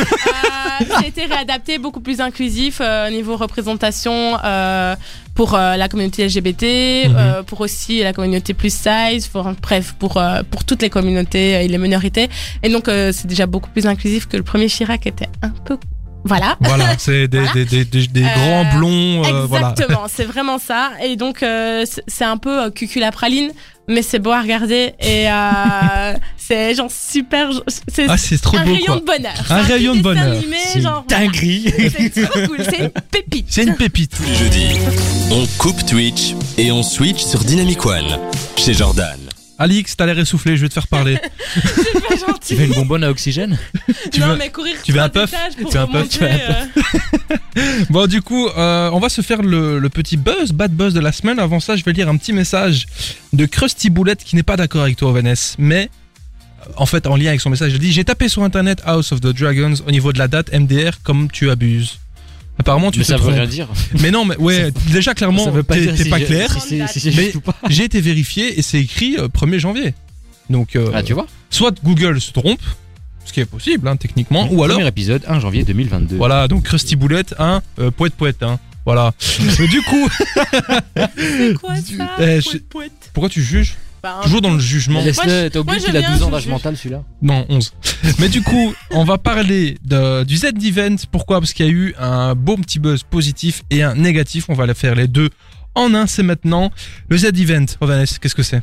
S3: euh, qui a été réadapté beaucoup plus inclusif euh, au niveau représentation euh, pour euh, la communauté LGBT,
S2: Mhm.
S3: euh, pour aussi la communauté plus size, pour, bref pour euh, pour toutes les communautés euh, et les minorités et donc euh, c'est déjà beaucoup plus inclusif que le premier Shira qui était un peu voilà.
S2: Voilà, c'est des, des, des, des, des
S3: Euh,
S2: grands blonds. euh, voilà.
S3: Exactement, c'est vraiment ça. Et donc, euh, c'est- c'est un peu euh, cucul à praline, mais c'est beau à regarder
S2: (laughs)
S3: et euh, c'est genre super. genre, C'est
S2: Ah, c'est trop
S3: un
S2: beau
S3: rayon
S2: quoi.
S3: de bonheur. C'est
S2: Un
S3: petit
S2: rayon de
S3: dessin
S2: bonheur.
S3: animé,
S4: C'est
S3: genre,
S4: une dinguerie.
S2: (laughs)
S3: voilà. C'est trop cool, c'est une pépite. (laughs)
S2: C'est une pépite.
S1: Tous les jeudis, on coupe Twitch et on switch sur Dynamic One chez Jordan.
S2: Alix, t'as l'air essoufflé, je vais te faire parler.
S3: Super
S4: Tu
S3: gentil.
S4: fais une bonbonne à oxygène
S2: tu
S3: non,
S2: veux-
S3: mais courir
S2: tu veux
S3: trois
S2: un puff
S3: étages pour
S2: Tu veux un puff
S3: remonter,
S2: Tu veux un
S3: euh,
S2: Bon, du coup, euh, on va se faire le, le petit buzz, bad buzz de la semaine. Avant ça, je vais lire un petit message de Krusty Boulette qui n'est pas d'accord avec toi, Vanessa, mais euh, en fait, en lien avec son message, il dit J'ai tapé sur internet House of the Dragons au niveau de la date MDR, comme tu abuses. Apparemment, tu
S4: Mais
S2: te
S4: ça veut
S2: trompes.
S4: rien dire.
S2: Mais non, mais ouais, déjà,
S4: ça
S2: clairement,
S4: veut pas
S2: t'es
S4: dire
S2: t'es
S4: si
S2: pas
S4: j'ai- (laughs)
S2: clair.
S4: si c'est- si c'est
S2: Mais-
S4: juste ou pas.
S2: J'ai été vérifié et c'est écrit euh, 1er janvier. Donc, euh,
S4: Ah, tu vois
S2: soit Google se trompe, ce qui est possible, hein, techniquement, ou alors
S4: Premier épisode, 1 janvier 2022.
S2: Voilà, donc Krusty Boulette, hein,
S4: (laughs)
S2: euh, poète poète, hein. Voilà. Mais du coup,
S3: C'est quoi ça
S2: Eh, je-
S3: Pouet, pouet.
S2: Pourquoi tu juges
S3: Euh, Bah,
S2: Toujours dans le jugement.
S3: Moi, je-
S5: Laisse-le, t'as oublié
S3: moi,
S5: qu'il a
S3: je viens,
S5: 12 ans
S3: je
S5: d'âge
S3: juge.
S5: mental celui-là.
S2: Non, 11. Mais du coup, on va parler de- du Z-Event. Pourquoi Parce qu'il y a eu un beau petit buzz positif et un négatif. On va la faire les deux en un, c'est maintenant. Le Z-Event, oh Vanessa, qu'est-ce que c'est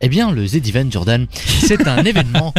S5: Eh bien, le Z-Event, Jordan,
S2: (laughs)
S5: c'est un événement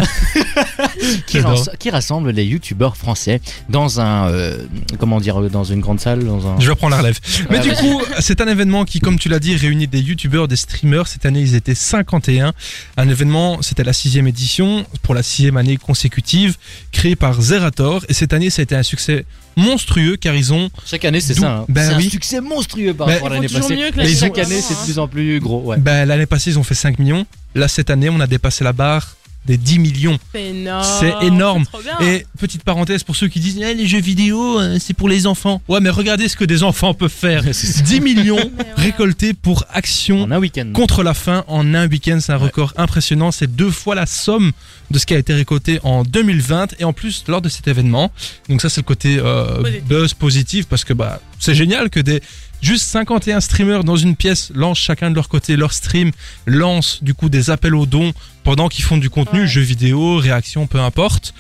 S5: qui,
S2: J'adore.
S5: rans- qui rassemble les youtubeurs français dans un. euh, comment dire euh, Dans une grande salle dans un... Ah, bah,
S2: Je vais prendre la relève. Mais
S5: Ouais,
S2: du
S5: vas-y.
S2: coup, c'est un événement qui, comme tu l'as dit, réunit des youtubeurs, des streamers. Cette année, ils étaient 51. Un événement, c'était la sixième édition, pour la sixième année consécutive, créé par Zerator. Et cette année, ça a été un succès monstrueux car ils ont
S5: Chaque année, c'est
S2: D'où-
S5: ça. hein.
S2: Ben
S5: c'est
S2: oui.
S5: un succès monstrueux par
S2: Ben-
S5: rapport à
S3: Ils
S5: l'année
S3: font toujours
S5: passée.
S3: mieux que
S5: Et
S3: l'année
S5: chaque
S3: d'avant,
S5: année, c'est
S3: hein.
S5: de plus en plus gros.
S2: (laughs)
S5: Ouais.
S2: Ben, l'année passée, ils ont fait 5 millions. Là, cette année, on a dépassé la barre des 10 millions.
S3: C'est énorme.
S2: C'est énorme.
S3: trop bien.
S2: Et petite parenthèse pour ceux qui disent Eh, les jeux vidéo, euh, c'est pour les enfants. Ouais, mais regardez ce que des enfants peuvent
S5: (laughs)
S2: faire. 10 millions
S3: Mais ouais.
S2: récoltés pour Action
S5: En un week-end.
S2: contre la fin en un week-end. C'est un record impressionnant. C'est deux fois la somme de ce qui a été récolté en 2020 et en plus lors de cet événement. Donc ça, c'est le côté euh,
S3: Positif.
S2: buzz positif parce que bah c'est génial que des juste 51 streamers dans une pièce lancent chacun de leur côté leur stream, lancent du coup des appels aux dons pendant qu'ils font du contenu,
S3: Ouais.
S2: jeux vidéo, réactions, peu importe.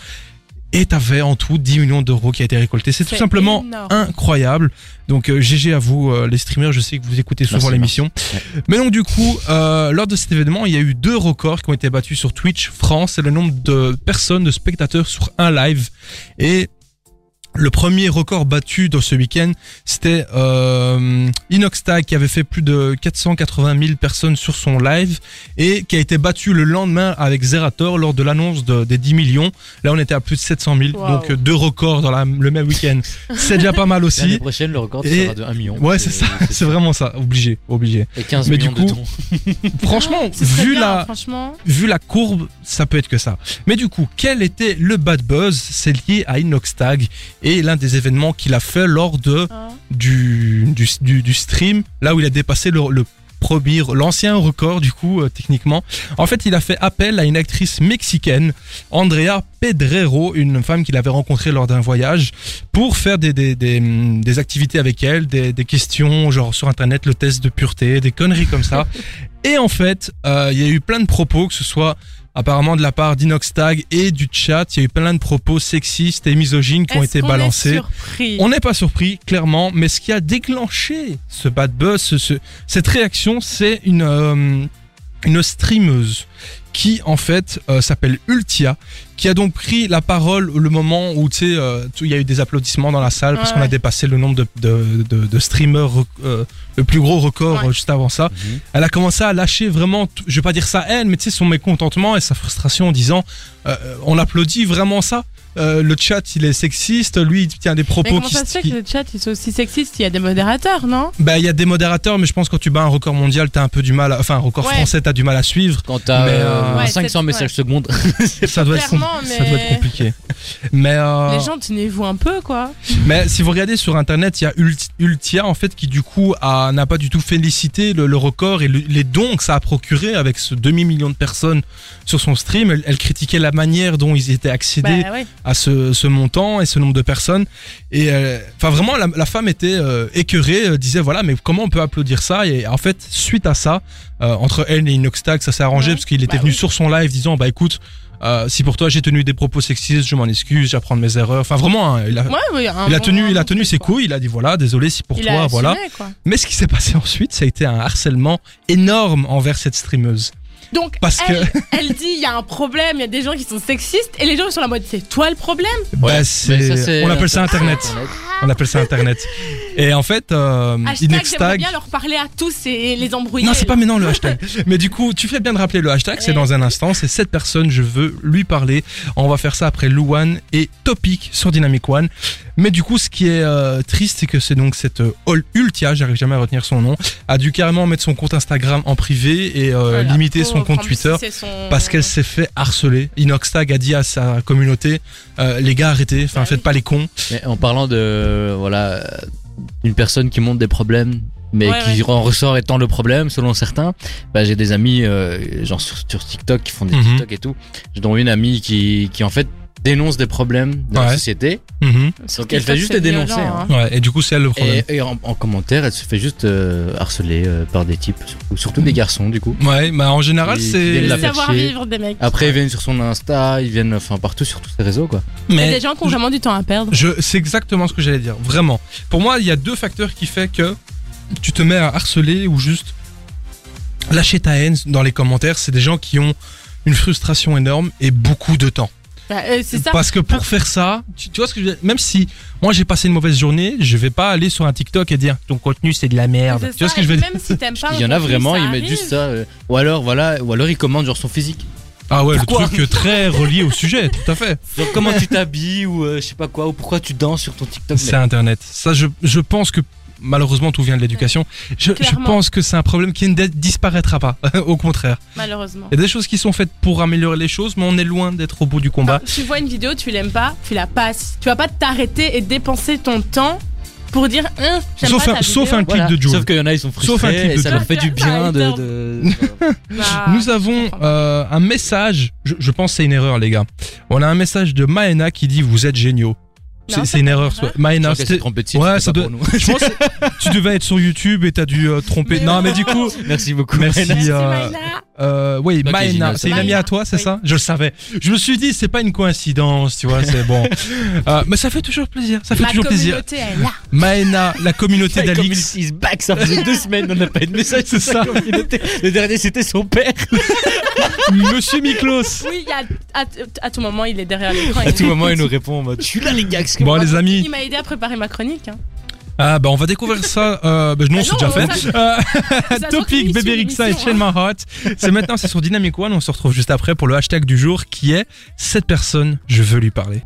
S2: Et t'avais en tout 10 millions d'euros qui a été récolté. C'est tout
S3: C'est
S2: simplement
S3: énorme.
S2: incroyable. Donc euh, GG à vous euh, les streamers, je sais que vous écoutez souvent
S5: Merci,
S2: l'émission. Mais donc du coup, euh, lors de cet événement, il y a eu deux records qui ont été battus sur Twitch France, c'est le nombre de personnes, de spectateurs sur un live. Et le premier record battu dans ce week-end, c'était euh, Inoxtag qui avait fait plus de 480 000 personnes sur son live et qui a été battu le lendemain avec Zerator lors de l'annonce de- des 10 millions. Là, on était à plus de 700 000,
S3: Wow.
S2: donc euh, deux records dans la- le même week-end. C'est déjà pas mal
S5: L'année
S2: aussi.
S5: prochaine, le record
S2: Et-
S5: sera de 1 million.
S2: Ouais, c'est ça, c'est vraiment ça, obligé, obligé.
S5: Et 15
S2: Mais du
S5: millions de
S2: coup,
S5: dons.
S2: Franchement,
S3: Ah, Ce serait
S2: vu
S3: bien,
S2: la,
S3: Franchement,
S2: vu la courbe, ça peut être que ça. Mais du coup, quel était le bad buzz C'est lié à Inoxtag et l'un des événements qu'il a fait lors de
S3: hein.
S2: du, du, du- du stream, là où il a dépassé le, le premier, l'ancien record du coup euh, techniquement. En fait, il a fait appel à une actrice mexicaine, Andrea Pedrero, une femme qu'il avait rencontrée lors d'un voyage, pour faire des, des, des, hum, des activités avec elle, des, des questions genre sur Internet, le test de pureté, des conneries comme
S3: (laughs)
S2: ça. Et en fait, euh, il y a eu plein de propos, que ce soit apparemment de la part d'Inoxtag et du chat, il y a eu plein de propos sexistes et misogynes qui ont
S3: Est-ce
S2: été
S3: qu'on est
S2: balancés.
S3: surpris
S2: On n'est pas surpris, clairement, mais ce qui a déclenché ce bad buzz, ce- ce- cette réaction, c'est une, euh, une streameuse qui, en fait, euh, s'appelle Ultia, qui a donc pris la parole le moment où, tu sais, euh, tout- il y a eu des applaudissements dans la salle parce
S3: Ouais,
S2: qu'on a
S3: ouais.
S2: dépassé le nombre de, de- de- de streamers, rec- euh, le plus gros record
S3: Ouais.
S2: euh, juste avant ça.
S5: Mhm.
S2: Elle a commencé à lâcher vraiment, tout- je vais pas dire sa haine, mais tu sais, son mécontentement et sa frustration en disant euh, on applaudit vraiment ça. Euh, le chat, il est sexiste. Lui, il tient des
S3: Mais
S2: propos
S3: comment
S2: qui.
S3: ça se fait
S2: qui-
S3: que le chat, ils sont aussi sexistes Il y a des modérateurs, non
S2: Bah, il y a des modérateurs, mais je pense que quand tu bats un record mondial, t'as un peu du mal. à- Enfin, un record
S3: Ouais.
S2: français, t'as du mal à suivre.
S5: Quand t'as
S2: Mais,
S5: euh,
S2: euh,
S3: Ouais,
S5: 500
S3: c'est-
S5: messages
S3: ouais.
S5: secondes,
S2: Ça doit, être com-
S3: Clairement,
S2: ça doit être
S3: mais-
S2: compliqué. Mais, euh,
S3: Les gens, tu les vois un peu, quoi.
S2: mais si vous regardez sur internet, il y a Ult- Ultia en fait qui du coup a- n'a pas du tout félicité le, le record et le- les dons que ça a procuré avec ce demi million de personnes sur son stream. Elle, elle critiquait la manière dont ils étaient accédés
S3: Bah ouais.
S2: à ce, ce montant et ce nombre de personnes. Et euh, enfin vraiment, la, la femme était euh, écœurée, euh, disait voilà, mais comment on peut applaudir ça Et en fait, suite à ça, euh, entre elle et Inoxtag, ça s'est arrangé
S3: Ouais.
S2: parce qu'il était
S3: Bah
S2: venu
S3: oui.
S2: sur son live disant bah écoute, euh, si pour toi j'ai tenu des propos sexistes, je m'en excuse, j'apprends de mes erreurs. Enfin vraiment, hein, il a,
S3: Ouais, ouais, un
S2: il a
S3: bon-
S2: tenu, il a
S3: un
S2: tenu
S3: truc,
S2: ses
S3: quoi.
S2: couilles, il a dit voilà, désolé si pour
S3: Il
S2: toi,
S3: a
S2: voilà.
S3: assumé, quoi.
S2: Mais ce qui s'est passé ensuite, ça a été un harcèlement énorme envers cette streameuse.
S3: Donc,
S2: Parce
S3: elle, elle dit il y a un problème, il y a des gens qui sont sexistes, et les gens sont la mode c'est toi le problème
S2: Bah,
S5: (laughs) mais ça,
S2: c'est-
S5: c'est-
S2: on appelle ça Internet.
S5: (laughs)
S2: On appelle ça Internet. Et en fait, euh,
S3: Hashtag, j'aimerais
S2: Inextag.
S3: bien leur parler à tous et les embrouiller.
S2: Non, c'est pas
S3: (laughs)
S2: maintenant le hashtag. Mais du coup, tu fais bien de rappeler le hashtag, c'est
S3: Ouais.
S2: dans un instant. C'est cette personne, je veux lui parler. On va faire ça après Luan et Topic sur Dynamic One. Mais du coup, ce qui est euh, triste, c'est que c'est donc cette euh, Ol- Ultia, j'arrive jamais à retenir son nom, a dû carrément mettre son compte Instagram en privé et euh,
S3: Voilà.
S2: limiter
S3: Faut
S2: son compte
S3: prendre-
S2: Twitter.
S3: c'est son-
S2: Parce qu'elle s'est fait harceler. Inoxtag a dit à sa communauté euh, les gars, arrêtez, enfin,
S3: Bah
S2: faites
S3: oui.
S2: pas les cons.
S5: Mais en parlant de euh, voilà euh, une personne qui monte des problèmes mais
S3: Ouais,
S5: qui
S3: ouais.
S5: en ressort étant le problème selon certains bah, j'ai des amis euh, genre sur, sur TikTok qui font des
S2: Mhm.
S5: TikTok et tout dont une amie qui, qui en fait dénonce des problèmes de
S2: Ouais.
S5: la société.
S2: Mhm.
S5: Donc, elle fait juste les dénoncer, hein.
S2: Ouais, et du coup, c'est elle le problème.
S5: Et, et en, en commentaire, elle se fait juste euh, harceler euh, par des types, ou surtout
S2: Mhm.
S5: des garçons du coup.
S2: Ouais, bah en général,
S5: Et-
S2: c'est.
S5: et la-
S3: savoir
S5: faire chier.
S3: vivre des mecs.
S5: Après, ils viennent sur son Insta, ils viennent enfin partout sur tous ces réseaux quoi.
S3: Il y a des gens qui ont vraiment du temps à perdre.
S2: Je, c'est exactement ce que j'allais dire, vraiment. Pour moi, il y a deux facteurs qui fait que tu te mets à harceler ou juste lâcher ta haine dans les commentaires. C'est des gens qui ont une frustration énorme et beaucoup de temps.
S3: Bah, euh, c'est ça.
S2: Parce que pour faire ça, tu, tu vois ce que je veux dire Même si moi j'ai passé une mauvaise journée, je vais pas aller sur un TikTok et dire ton contenu c'est de la merde.
S3: C'est
S2: Tu vois ce
S3: ça,
S2: que
S3: et
S2: je veux
S3: puis
S2: dire
S3: Même si t'aimes pas.
S5: Il y en a
S3: le contenu,
S5: vraiment,
S3: ça
S5: ils
S3: arrive.
S5: mettent juste ça. euh, ou alors voilà, ou alors ils commentent genre son physique.
S2: Ah ouais,
S5: Pourquoi
S2: le truc très relié au sujet, tout à fait.
S5: Genre comment tu t'habilles ou euh, je sais pas quoi ou pourquoi tu danses sur ton TikTok.
S2: C'est Internet. Ça, je, je pense que malheureusement tout vient de l'éducation. Je, je
S3: Clairement.
S2: pense que c'est un problème qui ne disparaîtra pas. (laughs) au contraire.
S3: Malheureusement.
S2: Il y a des choses qui sont faites pour améliorer les choses, mais on est loin d'être au bout du combat.
S3: Enfin, tu vois une vidéo, tu l'aimes pas, tu la passes. Tu vas pas t'arrêter et dépenser ton temps pour dire Hein, j'aime
S2: Sauf
S3: pas
S2: un-
S3: ta
S2: sauf
S3: vidéo.
S2: un clip de Jul.
S5: Sauf qu'il y en a, ils sont
S2: Sauf un
S5: frustrés
S2: clip
S5: et
S2: de
S5: ça
S2: Jul.
S5: leur fait du bien de. de-
S3: Bah,
S2: Nous avons euh, un message, je, je pense que c'est une erreur les gars. On a un message de Maena qui dit vous êtes géniaux.
S3: Non,
S2: C'est
S3: c'est
S2: c'est une
S3: pas
S2: erreur.
S3: une erreur.
S2: soit- Maena,
S5: Genre qu'elle s'est
S2: c'était-
S5: trompée de site,
S2: Ouais,
S5: c'était
S2: ça
S5: pas
S2: doit-
S5: pour nous.
S2: je pense que tu devais être sur YouTube et t'as dû euh, tromper.
S3: Mais
S2: non,
S3: non.
S2: mais
S3: (laughs)
S2: du coup,
S5: (laughs) Merci beaucoup.
S2: Merci.
S5: Maëna.
S3: Merci,
S2: euh,
S3: Maïla.
S2: euh, oui,
S5: Toi qui es
S2: Maena,
S5: génial,
S2: c'est une
S3: Maëna,
S2: amie à toi, c'est
S3: oui.
S2: ça Je le savais. Je me suis dit c'est pas une coïncidence, tu vois, c'est
S3: (laughs)
S2: bon. Euh, mais ça fait toujours plaisir, ça fait
S3: Ma
S2: toujours plaisir.
S3: communauté
S2: (laughs)
S3: est là.
S2: Maena, la
S3: (laughs)
S2: communauté
S5: Comme il
S2: d'Alix.
S5: se back, ça faisait deux semaines, on n'a pas eu de message.
S2: C'est ça.
S5: Le dernier, c'était son père.
S2: Monsieur Miklos.
S3: Oui, il y a- à, à tout moment, il est derrière l'écran.
S5: À tout moment, il nous répond en mode Je suis là, les gars.
S2: Bon Oh, les amis,
S3: Il m'a aidé à préparer ma chronique. Hein.
S2: Ah bah on va découvrir ça. Euh, bah, non,
S3: Bah
S2: c'est
S3: non,
S2: déjà
S3: on
S2: fait. Euh,
S3: Ça se
S2: (laughs) topic
S3: retrouve
S2: Bébé
S3: sur
S2: Rixa et
S3: l'émission,
S2: Chain My Heart. C'est maintenant, c'est sur Dynamic One. On se retrouve juste après pour le hashtag du jour qui est cette personne, je veux lui parler.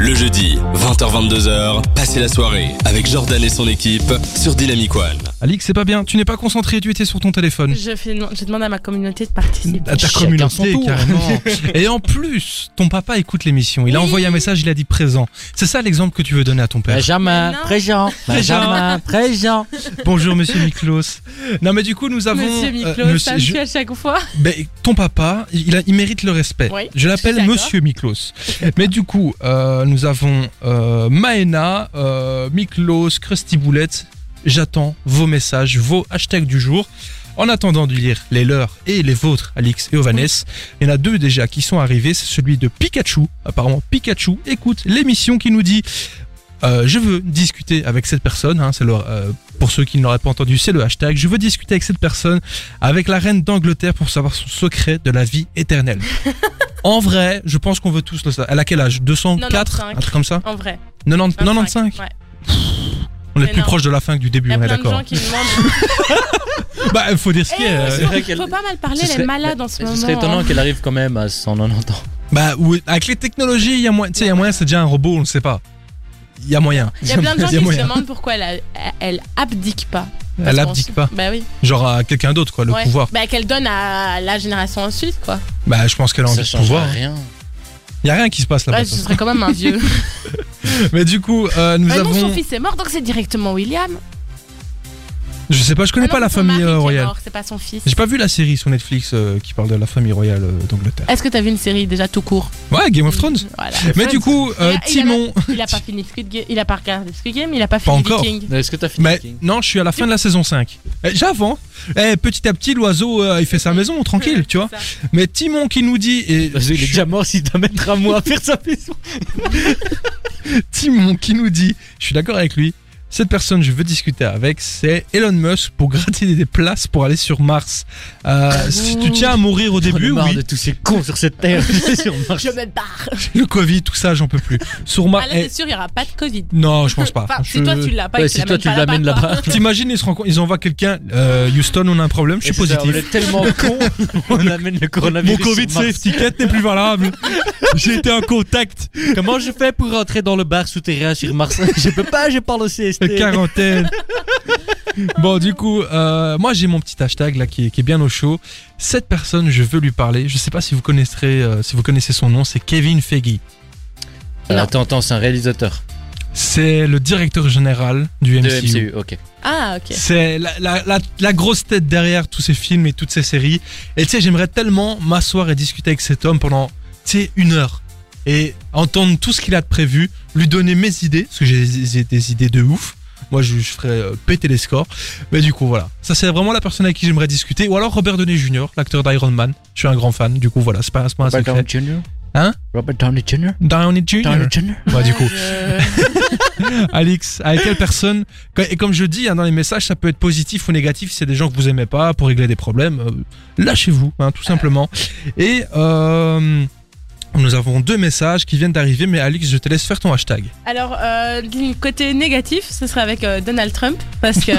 S1: Le jeudi, 20h-22h, passez la soirée avec Jordan et son équipe sur Dynamic One.
S2: Alix, c'est pas bien. Tu n'es pas concentré. Tu étais sur ton téléphone.
S3: Je, fais, je demande à ma communauté de participer.
S2: À ta
S5: Ah, Chacun son
S2: communauté,
S5: tour.
S2: carrément.
S5: (laughs)
S2: Et en plus, ton papa écoute l'émission. Il a
S3: Oui.
S2: envoyé un message. Il a dit présent. C'est ça l'exemple que tu veux donner à ton père.
S5: Benjamin,
S3: Non.
S5: présent. Benjamin, présent.
S2: Bonjour, Monsieur Miklos. Non, mais du coup, nous avons
S3: Monsieur
S2: euh,
S3: Miklos,
S2: monsieur-
S3: ça me
S2: je-
S3: tue à chaque fois.
S2: Ben, ton papa, il, a- il mérite le respect.
S3: Oui,
S2: je l'appelle
S3: je suis
S2: Monsieur Miklos. Mais du coup, euh, nous avons euh, Maena, euh, Miklos, Krusty Boulette. J'attends vos messages, vos hashtags du jour. En attendant de lire les leurs et les vôtres, Alix et Ovanes, il y en a deux déjà qui sont arrivés. C'est celui de Pikachu. Apparemment, Pikachu écoute l'émission qui nous dit euh, je veux discuter avec cette personne. hein, c'est le, euh, pour ceux qui ne l'auraient pas entendu, c'est le hashtag. Je veux discuter avec cette personne, avec la reine d'Angleterre pour savoir son secret de la vie
S3: (laughs)
S2: éternelle. en vrai, je pense qu'on veut tous le savoir. Elle a quel âge 204 Un
S3: 95.
S2: truc comme ça
S3: En
S2: (laughs)
S3: vrai.
S2: 90 95
S3: Ouais.
S2: On est
S3: Mais
S2: plus
S3: non.
S2: proche de la fin que du début,
S3: Il y a
S2: on est
S3: plein de
S2: d'accord.
S3: gens Eh, qui demandent.
S2: (laughs) Bah, il faut dire ce qui est. euh,
S5: c'est vrai qu'elle-
S3: Faut pas mal parler,
S5: Ce
S3: elle
S5: serait-
S3: est malade en ce
S5: Ce
S3: moment.
S5: serait étonnant qu'elle arrive quand même à 190 ans.
S2: Bah, oui, avec les technologies, il y a moyen. Tu sais, il y a moyen, c'est déjà un robot, on ne sait pas. (laughs) Il y a moyen.
S3: Il y a plein de gens qui se
S2: moyen.
S3: demandent pourquoi elle, a- elle abdique pas.
S2: Elle
S3: Parce qu'on
S2: abdique
S3: sait-
S2: pas.
S3: Bah oui.
S2: Genre à quelqu'un d'autre, quoi, le
S3: Ouais.
S2: pouvoir.
S3: Bah qu'elle donne à la génération ensuite, quoi.
S2: Bah, je pense qu'elle a envie
S5: Ça
S2: de
S5: change
S2: pouvoir.
S5: rien.
S2: Il y a rien qui se passe là-bas.
S3: Ouais, ce serait quand
S2: (laughs)
S3: même un vieux.
S2: Mais du coup, euh, nous
S3: Mais non,
S2: avons.
S3: son fils est mort, donc c'est directement William.
S2: Je sais pas, je connais
S3: Ah non,
S2: pas la
S3: c'est son
S2: famille
S3: mari qui
S2: euh,
S3: est
S2: royale.
S3: mort, C'est pas son fils.
S2: J'ai pas vu la série sur Netflix euh, qui parle de la famille royale euh, d'Angleterre.
S3: Est-ce que t'as vu une série déjà tout court
S2: Ouais, Game
S3: Mm.
S2: of Thrones.
S3: Voilà.
S2: Mais du coup, euh,
S3: Il a- il a
S2: Timon.
S3: Il a pas fini Squid Game, il a pas regardé Squid Game, il a pas
S2: Pas
S3: fini
S2: encore.
S3: Viking.
S5: Est-ce que t'as fini
S2: Mais
S5: King
S2: non, je suis à la fin de la saison 5. Eh, J'avance. Eh, petit à petit, l'oiseau, euh, il fait
S3: Mm.
S2: sa maison, tranquille, tu vois.
S3: C'est ça.
S2: Mais Timon qui nous dit. Et
S5: Parce qu'il est déjà mort s'il doit mettre un mois à faire sa maison.
S2: Timon qui nous dit, je suis d'accord avec lui, cette personne je veux discuter avec, c'est Elon Musk pour gratter des places pour aller sur Mars. Euh, si tu tiens à mourir au début,
S5: Oh. J'en ai marre
S2: oui.
S5: de tous ces cons sur cette terre. (laughs) C'est sur
S3: (laughs)
S5: Mars.
S3: Je me barre.
S2: Le Covid, tout ça, j'en peux plus. Sur Mars. eh,
S3: Ah là, c'est sûr, il y aura pas de Covid.
S2: Non, je pense pas.
S3: (laughs) Enfin,
S2: Je-
S3: Si toi tu l'as pas,
S5: Ouais,
S3: et
S5: si toi tu l'amènes
S3: quoi.
S5: là-bas.
S2: T'imagines, ils se rencontrent, ils envoient quelqu'un, euh, Houston, on a un problème, je suis
S5: Et c'est ça,
S2: positif.
S5: On est tellement (laughs) con, on amène le
S2: Mon
S5: coronavirus.
S2: Covid
S5: sur Mars.
S2: safety ticket n'est plus valable. J'ai été en contact.
S5: Comment je fais pour rentrer dans le bar souterrain sur (laughs) Mars Je peux pas, j'ai pas le CST.
S2: Quarantaine. (laughs) Bon, du coup, euh, moi j'ai mon petit hashtag là qui est, qui est bien au chaud. Cette personne, je veux lui parler. Je sais pas si vous connaissez, euh, si vous connaissez son nom, c'est Kevin Feige.
S5: Euh, Attends, attends, c'est un réalisateur
S2: C'est le directeur général du
S5: de
S2: MCU.
S5: MCU. Ok.
S3: (laughs) Ah, ok.
S2: C'est la, la- la- la grosse tête derrière tous ces films et toutes ces séries. Et tu sais, j'aimerais tellement m'asseoir et discuter avec cet homme pendant, tu sais, une heure. et entendre tout ce qu'il a de prévu, lui donner mes idées, parce que j'ai j'ai des idées de ouf. Moi, je, je ferais euh, péter les scores. Mais du coup, voilà. Ça, c'est vraiment la personne avec qui j'aimerais discuter. Ou alors Robert Downey Jr., l'acteur d'Iron Man. Je suis un grand fan. Du coup, voilà, c'est pas, c'est pas un
S5: Robert
S2: secret.
S5: Downey Jr.
S2: Hein
S5: Robert Downey Jr.
S2: Downey Jr.
S5: Downey Jr.
S2: Bah, du coup.
S3: Euh,
S2: (laughs) Alix, avec quelle personne que- Et comme je dis hein, dans les messages, ça peut être positif ou négatif. Si c'est des gens que vous aimez pas pour régler des problèmes, euh, lâchez-vous, hein, tout simplement. Et euh, nous avons deux messages qui viennent d'arriver, mais Alix, je te laisse faire ton hashtag.
S3: Alors, euh, du côté négatif, ce serait avec euh, Donald Trump, parce
S5: (laughs)
S3: que.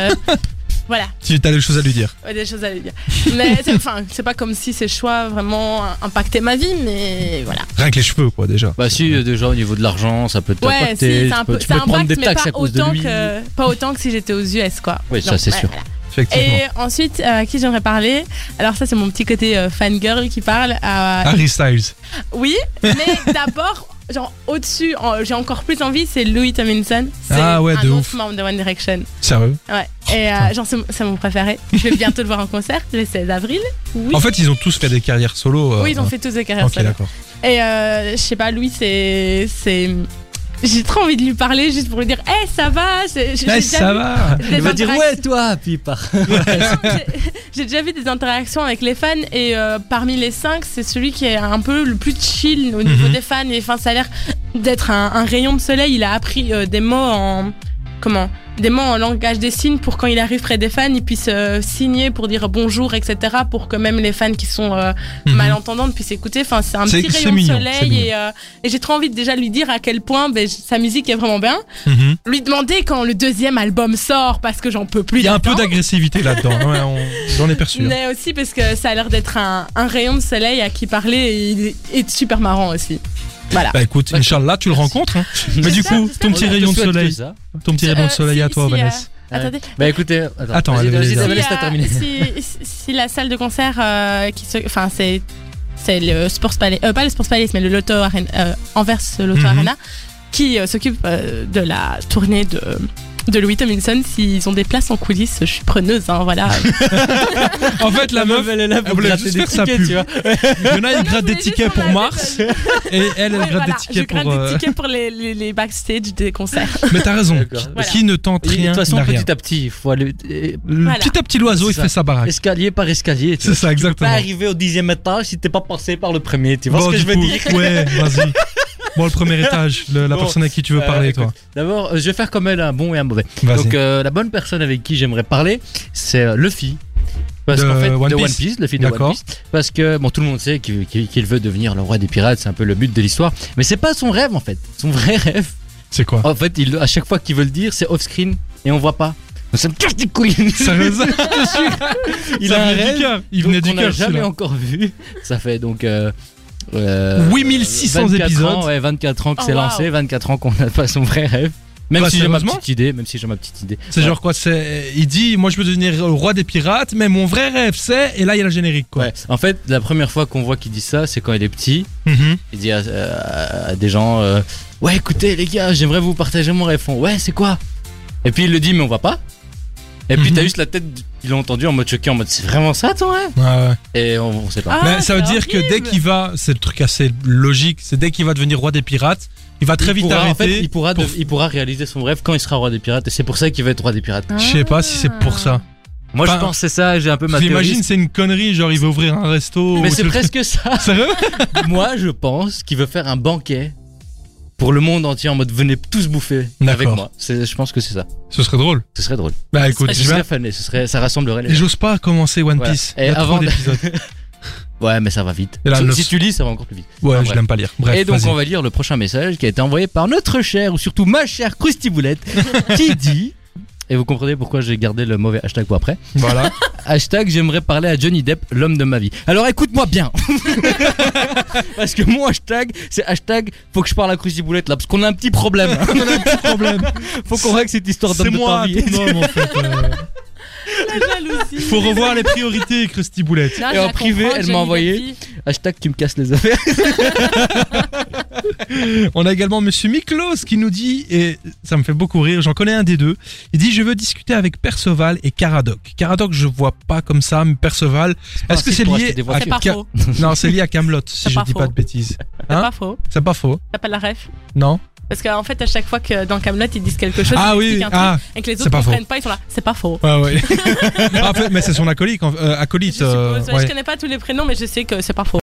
S3: Voilà,
S2: Si tu as des choses à lui dire.
S3: ouais, des choses à lui dire. Mais
S5: (laughs)
S3: c'est- enfin, c'est pas comme si ses choix vraiment impactaient ma vie, mais voilà.
S2: Rien que les cheveux, quoi, déjà.
S5: Bah si, euh, déjà au niveau de l'argent, ça peut
S3: Ouais, si,
S5: t'impacter.
S3: c'est un
S5: tu peux,
S3: peu,
S5: tu
S3: ça
S5: peux prendre
S3: impacte,
S5: des
S3: mais
S5: taxes
S3: pas
S5: à cause de
S3: autant
S5: lui.
S3: que, pas autant que si j'étais aux US, quoi.
S5: Oui, ça,
S3: Donc,
S5: c'est
S3: ouais,
S5: sûr.
S3: voilà.
S2: Effectivement.
S3: Et ensuite, euh, à qui j'aimerais parler Alors ça, c'est mon petit côté euh, fangirl qui parle. Euh,
S2: Harry Styles.
S3: Oui,
S2: (laughs)
S3: mais d'abord, genre au-dessus, en- j'ai encore plus envie, c'est Louis Tomlinson. C'est
S2: Ah ouais,
S3: un
S2: de
S3: autre
S2: ouf.
S3: membre de One Direction.
S2: Sérieux
S3: Ouais. Et euh, genre, c'est mon- c'est mon préféré. Je vais bientôt le voir en concert, le 16 avril. Oui.
S2: En fait, ils ont tous fait des carrières solo. euh,
S3: oui, ils ont fait tous des carrières
S2: Ok,
S3: solo.
S2: d'accord.
S3: Et euh, je sais pas, Louis, c'est. c'est- J'ai trop envie de lui parler juste pour lui dire Hé, ça va C'est- j'ai- j'ai
S2: Eh,
S3: déjà
S2: ça
S3: vu-
S2: va
S3: j'ai
S5: Il va
S3: déjà
S5: dire
S3: vu-
S5: ouais toi, puis il part.
S3: J'ai- J'ai déjà vu des interactions avec les fans et euh, parmi les cinq, c'est celui qui est un peu le plus chill au niveau
S2: Mhm.
S3: des fans. Et enfin, ça a l'air d'être un, un rayon de soleil. Il a appris euh, des mots en comment des mots en langage des signes pour quand il arrive près des fans, il puisse euh, signer pour dire bonjour, etc. Pour que même les fans qui sont euh,
S2: Mhm.
S3: malentendantes puissent écouter. Enfin, c'est un
S2: C'est-
S3: petit
S2: c'est
S3: rayon
S2: mignon,
S3: de
S2: c'est
S3: soleil
S2: mignon.
S3: et, euh, et j'ai trop envie de déjà lui dire à quel point ben, sa musique est vraiment bien.
S2: Mhm.
S3: Lui demander quand le deuxième album sort parce que j'en peux plus.
S2: Il y a un peu
S3: d'attendre.
S2: d'agressivité là-dedans.
S3: (laughs)
S2: Ouais, on- J'en ai perçu. hein.
S3: Mais aussi parce que ça a l'air d'être un, un rayon de soleil à qui parler et il est- est super marrant aussi. Voilà.
S2: Bah écoute, Inch'Allah, tu le rencontres. hein. Mais du
S3: J'espère-
S2: coup, ton petit
S5: On
S2: rayon de
S5: te souhaite que
S2: soleil.
S5: Oh, ça.
S2: Ton petit rayon de
S3: Euh,
S2: soleil
S3: si-
S2: à toi,
S3: si, euh,
S2: Vanessa.
S3: Attendez.
S5: Bah écoutez, attends,
S2: Attends,
S5: vas-y,
S2: elle
S5: vas-y,
S2: va-
S5: vas-y,
S3: Si,
S5: laisse la
S3: euh,
S5: terminer.
S3: si- si- si la salle de concert euh, qui se. Enfin, c'est. C'est le Sports Palace. euh, pas le Sports Palace, mais le Lotto Arena. euh, Anvers Lotto
S2: Mhm.
S3: Arena. Qui euh, s'occupe euh, de la tournée de. De Louis Tomlinson, s'ils ont des places en coulisses, je suis preneuse, hein, voilà.
S2: En fait,
S3: (laughs)
S2: la meuf,
S5: Ah, elle est là
S2: elle voulait
S5: gratter
S2: juste
S5: des
S2: faire sa
S5: tickets,
S2: pub.
S5: tu vois.
S2: il y en a, elle
S3: Non,
S2: gratte
S3: je
S2: des
S3: voulais juste
S2: tickets pour
S3: faire la
S2: Mars et elle, elle
S3: Ouais,
S2: gratte
S3: voilà,
S2: des
S3: je
S2: tickets
S3: gratte
S2: pour.
S3: des
S2: euh,
S3: tickets pour les, les, les backstage des concerts.
S2: Mais t'as raison.
S5: D'accord.
S3: Voilà.
S2: Qui ne tente
S5: Et De
S2: rien.
S5: toute façon,
S2: n'a rien.
S5: petit à petit, il faut aller euh,
S2: Le
S3: Voilà.
S2: petit à petit l'oiseau, il
S5: C'est
S2: fait sa baraque.
S5: escalier par escalier. Tu
S2: C'est
S5: vois.
S2: ça,
S5: Pas
S2: exactement.
S5: arriver au dixième étage si t'es pas passé par le premier, tu vois
S2: Bon,
S5: ce que
S2: du
S5: je veux
S2: coup,
S5: dire (laughs)
S2: Ouais, vas-y. Bon, le premier étage, le- la
S5: Bon,
S2: personne à qui tu veux
S5: euh,
S2: parler, toi.
S5: écoute, D'abord, euh, je vais faire comme elle, un bon et un mauvais.
S2: Vas-y.
S5: Donc, euh, la bonne personne avec qui j'aimerais parler, c'est euh, Luffy. Parce
S2: De
S5: qu'en fait,
S2: One
S5: de One
S2: Piece.
S5: Piece, Luffy de
S2: D'accord.
S5: One Piece. Parce que, bon, tout le monde sait qu'il qu'il- qu'il veut devenir le roi des pirates, c'est un peu le but de l'histoire. Mais c'est pas son rêve, en fait. Son vrai (laughs) rêve,
S2: C'est
S5: (laughs)
S2: quoi
S5: en fait, il, à chaque fois qu'il veut le dire, c'est off-screen et on voit pas. Donc, ça me casse les couilles
S2: Sérieusement
S5: (laughs) Il
S2: Ça
S5: a un
S2: venait
S5: rêve.
S2: du cœur. Il
S5: donc
S2: venait du
S5: qu'on a
S2: cœur,
S5: jamais
S2: celui-là.
S5: encore vu. Ça fait donc. Euh, euh,
S2: 8600
S5: 24
S2: épisodes.
S5: ans, ouais, 24 ans que
S3: Oh,
S5: c'est
S3: wow.
S5: lancé, 24 ans qu'on n'a pas son vrai rêve. Même
S2: Bah,
S5: si j'ai ma
S2: sérieusement
S5: petite idée, même si j'ai ma petite idée.
S2: C'est genre quoi C'est il dit moi je veux devenir le roi des pirates, mais mon vrai rêve c'est et là il y a le générique quoi.
S5: Ouais. En fait, la première fois qu'on voit qu'il dit ça, c'est quand il est petit.
S2: Mhm.
S5: Il dit à, euh, à des gens euh, Ouais, écoutez, les gars, j'aimerais vous partager mon rêve. Ils font, ouais, c'est quoi Et puis il le dit, mais on va pas. Et puis
S2: Mhm.
S5: t'as juste la tête, du- ils l'ont entendu en mode choqué, en mode c'est vraiment ça ton rêve
S2: Ouais, ouais.
S5: Et on, on sait pas.
S2: Bah, Mais ça veut
S3: Ah, c'est
S2: dire que dès
S3: horrible.
S2: qu'il va, c'est le truc assez logique, c'est dès qu'il va devenir roi des pirates, il va très
S5: Il
S2: vite
S5: pourra,
S2: arrêter.
S5: en fait, il pourra, de-
S2: pour-
S5: il pourra réaliser son rêve quand il sera roi des pirates. Et c'est pour ça qu'il va être roi des pirates.
S2: Je sais pas si c'est pour ça.
S5: Ah. Moi,
S2: Enfin,
S5: je pense que c'est ça. J'ai un peu ma
S2: J'imagine
S5: théorie.
S2: c'est une connerie, genre il veut ouvrir un resto.
S5: Mais
S2: ou
S5: c'est
S2: ce-
S5: presque ça.
S2: Sérieux
S5: (laughs) Moi, je pense qu'il veut faire un banquet pour le monde entier en mode venez tous bouffer avec
S2: D'accord.
S5: moi. C'est- Je pense que c'est ça.
S2: Ce serait drôle.
S5: Ce serait drôle. Ah,
S2: Bah écoute,
S5: Ce
S2: je vais-
S5: serait fané. Ce serait, ça rassemblerait les
S2: et
S5: gens.
S2: j'ose pas commencer One
S5: Voilà.
S2: Piece.
S5: Et
S2: Il y a
S5: avant
S2: trop
S5: de- (laughs)
S2: d'épisodes.
S5: Ouais, mais ça va vite.
S2: Et là,
S5: Si-
S2: le-
S5: si tu lis, ça va encore plus vite.
S2: Ouais,
S5: Enfin,
S2: je
S5: bref.
S2: l'aime pas lire. Bref.
S5: Ah, Et donc,
S2: vas-y.
S5: on va lire le prochain message qui a été envoyé par notre chère, ou surtout ma chère
S2: (laughs)
S5: Krusty Boulette, qui dit. Et vous comprenez pourquoi j'ai gardé le mauvais hashtag pour après. (laughs)
S2: Voilà.
S5: Hashtag j'aimerais parler à Johnny Depp, l'homme de ma vie. Alors écoute-moi
S2: (laughs)
S5: bien. Parce que mon hashtag, c'est hashtag faut que je parle à Cruzy Boulette là, parce qu'on a un petit problème.
S2: (laughs)
S5: hein.
S2: On a un petit problème.
S5: faut qu'on règle cette histoire
S2: C'est
S5: d'homme de
S2: moi,
S5: ta vie.
S2: ton homme en fait. euh.
S3: La jalousie.
S2: Faut revoir les priorités, Krusty Boulette.
S3: Non, je
S5: Et en
S3: la
S5: privé,
S3: comprends,
S5: elle
S3: Johnny
S5: m'a envoyé.
S3: Depp,
S5: (laughs) Hashtag tu me casses les affaires.
S2: On a également Monsieur Miklos qui nous dit, et ça me fait beaucoup rire, j'en connais un des deux, il dit je veux discuter avec Perceval et Caradoc. Caradoc je vois pas comme ça, mais Perceval, est-ce que
S5: facile
S2: c'est
S5: pour
S2: lié
S5: acheter des
S2: à...
S5: voitures.
S3: C'est pas
S2: Ca-
S3: faux.
S2: Non, c'est lié à
S3: (laughs)
S2: Camelot si
S3: C'est
S2: je
S3: pas
S2: dis pas
S3: faux.
S2: de bêtises.
S3: C'est
S2: Hein
S3: pas faux.
S2: C'est pas faux,
S3: T'as pas la ref.
S2: non
S3: Parce qu'en fait, à chaque fois que dans Camelot ils disent quelque chose,
S2: Ah
S3: ils
S2: oui,
S3: expliquent un truc,
S2: ah,
S3: et que les
S2: c'est
S3: autres
S2: pas faux.
S3: comprennent pas, ils sont là. C'est pas faux.
S2: ouais, ouais. (laughs) Ah, en fait, mais c'est son acolyte, en- euh,
S3: Je
S2: acolyte. euh,
S3: suppose. Ouais,
S2: ouais.
S3: Je connais pas tous les prénoms, mais je sais que c'est pas faux.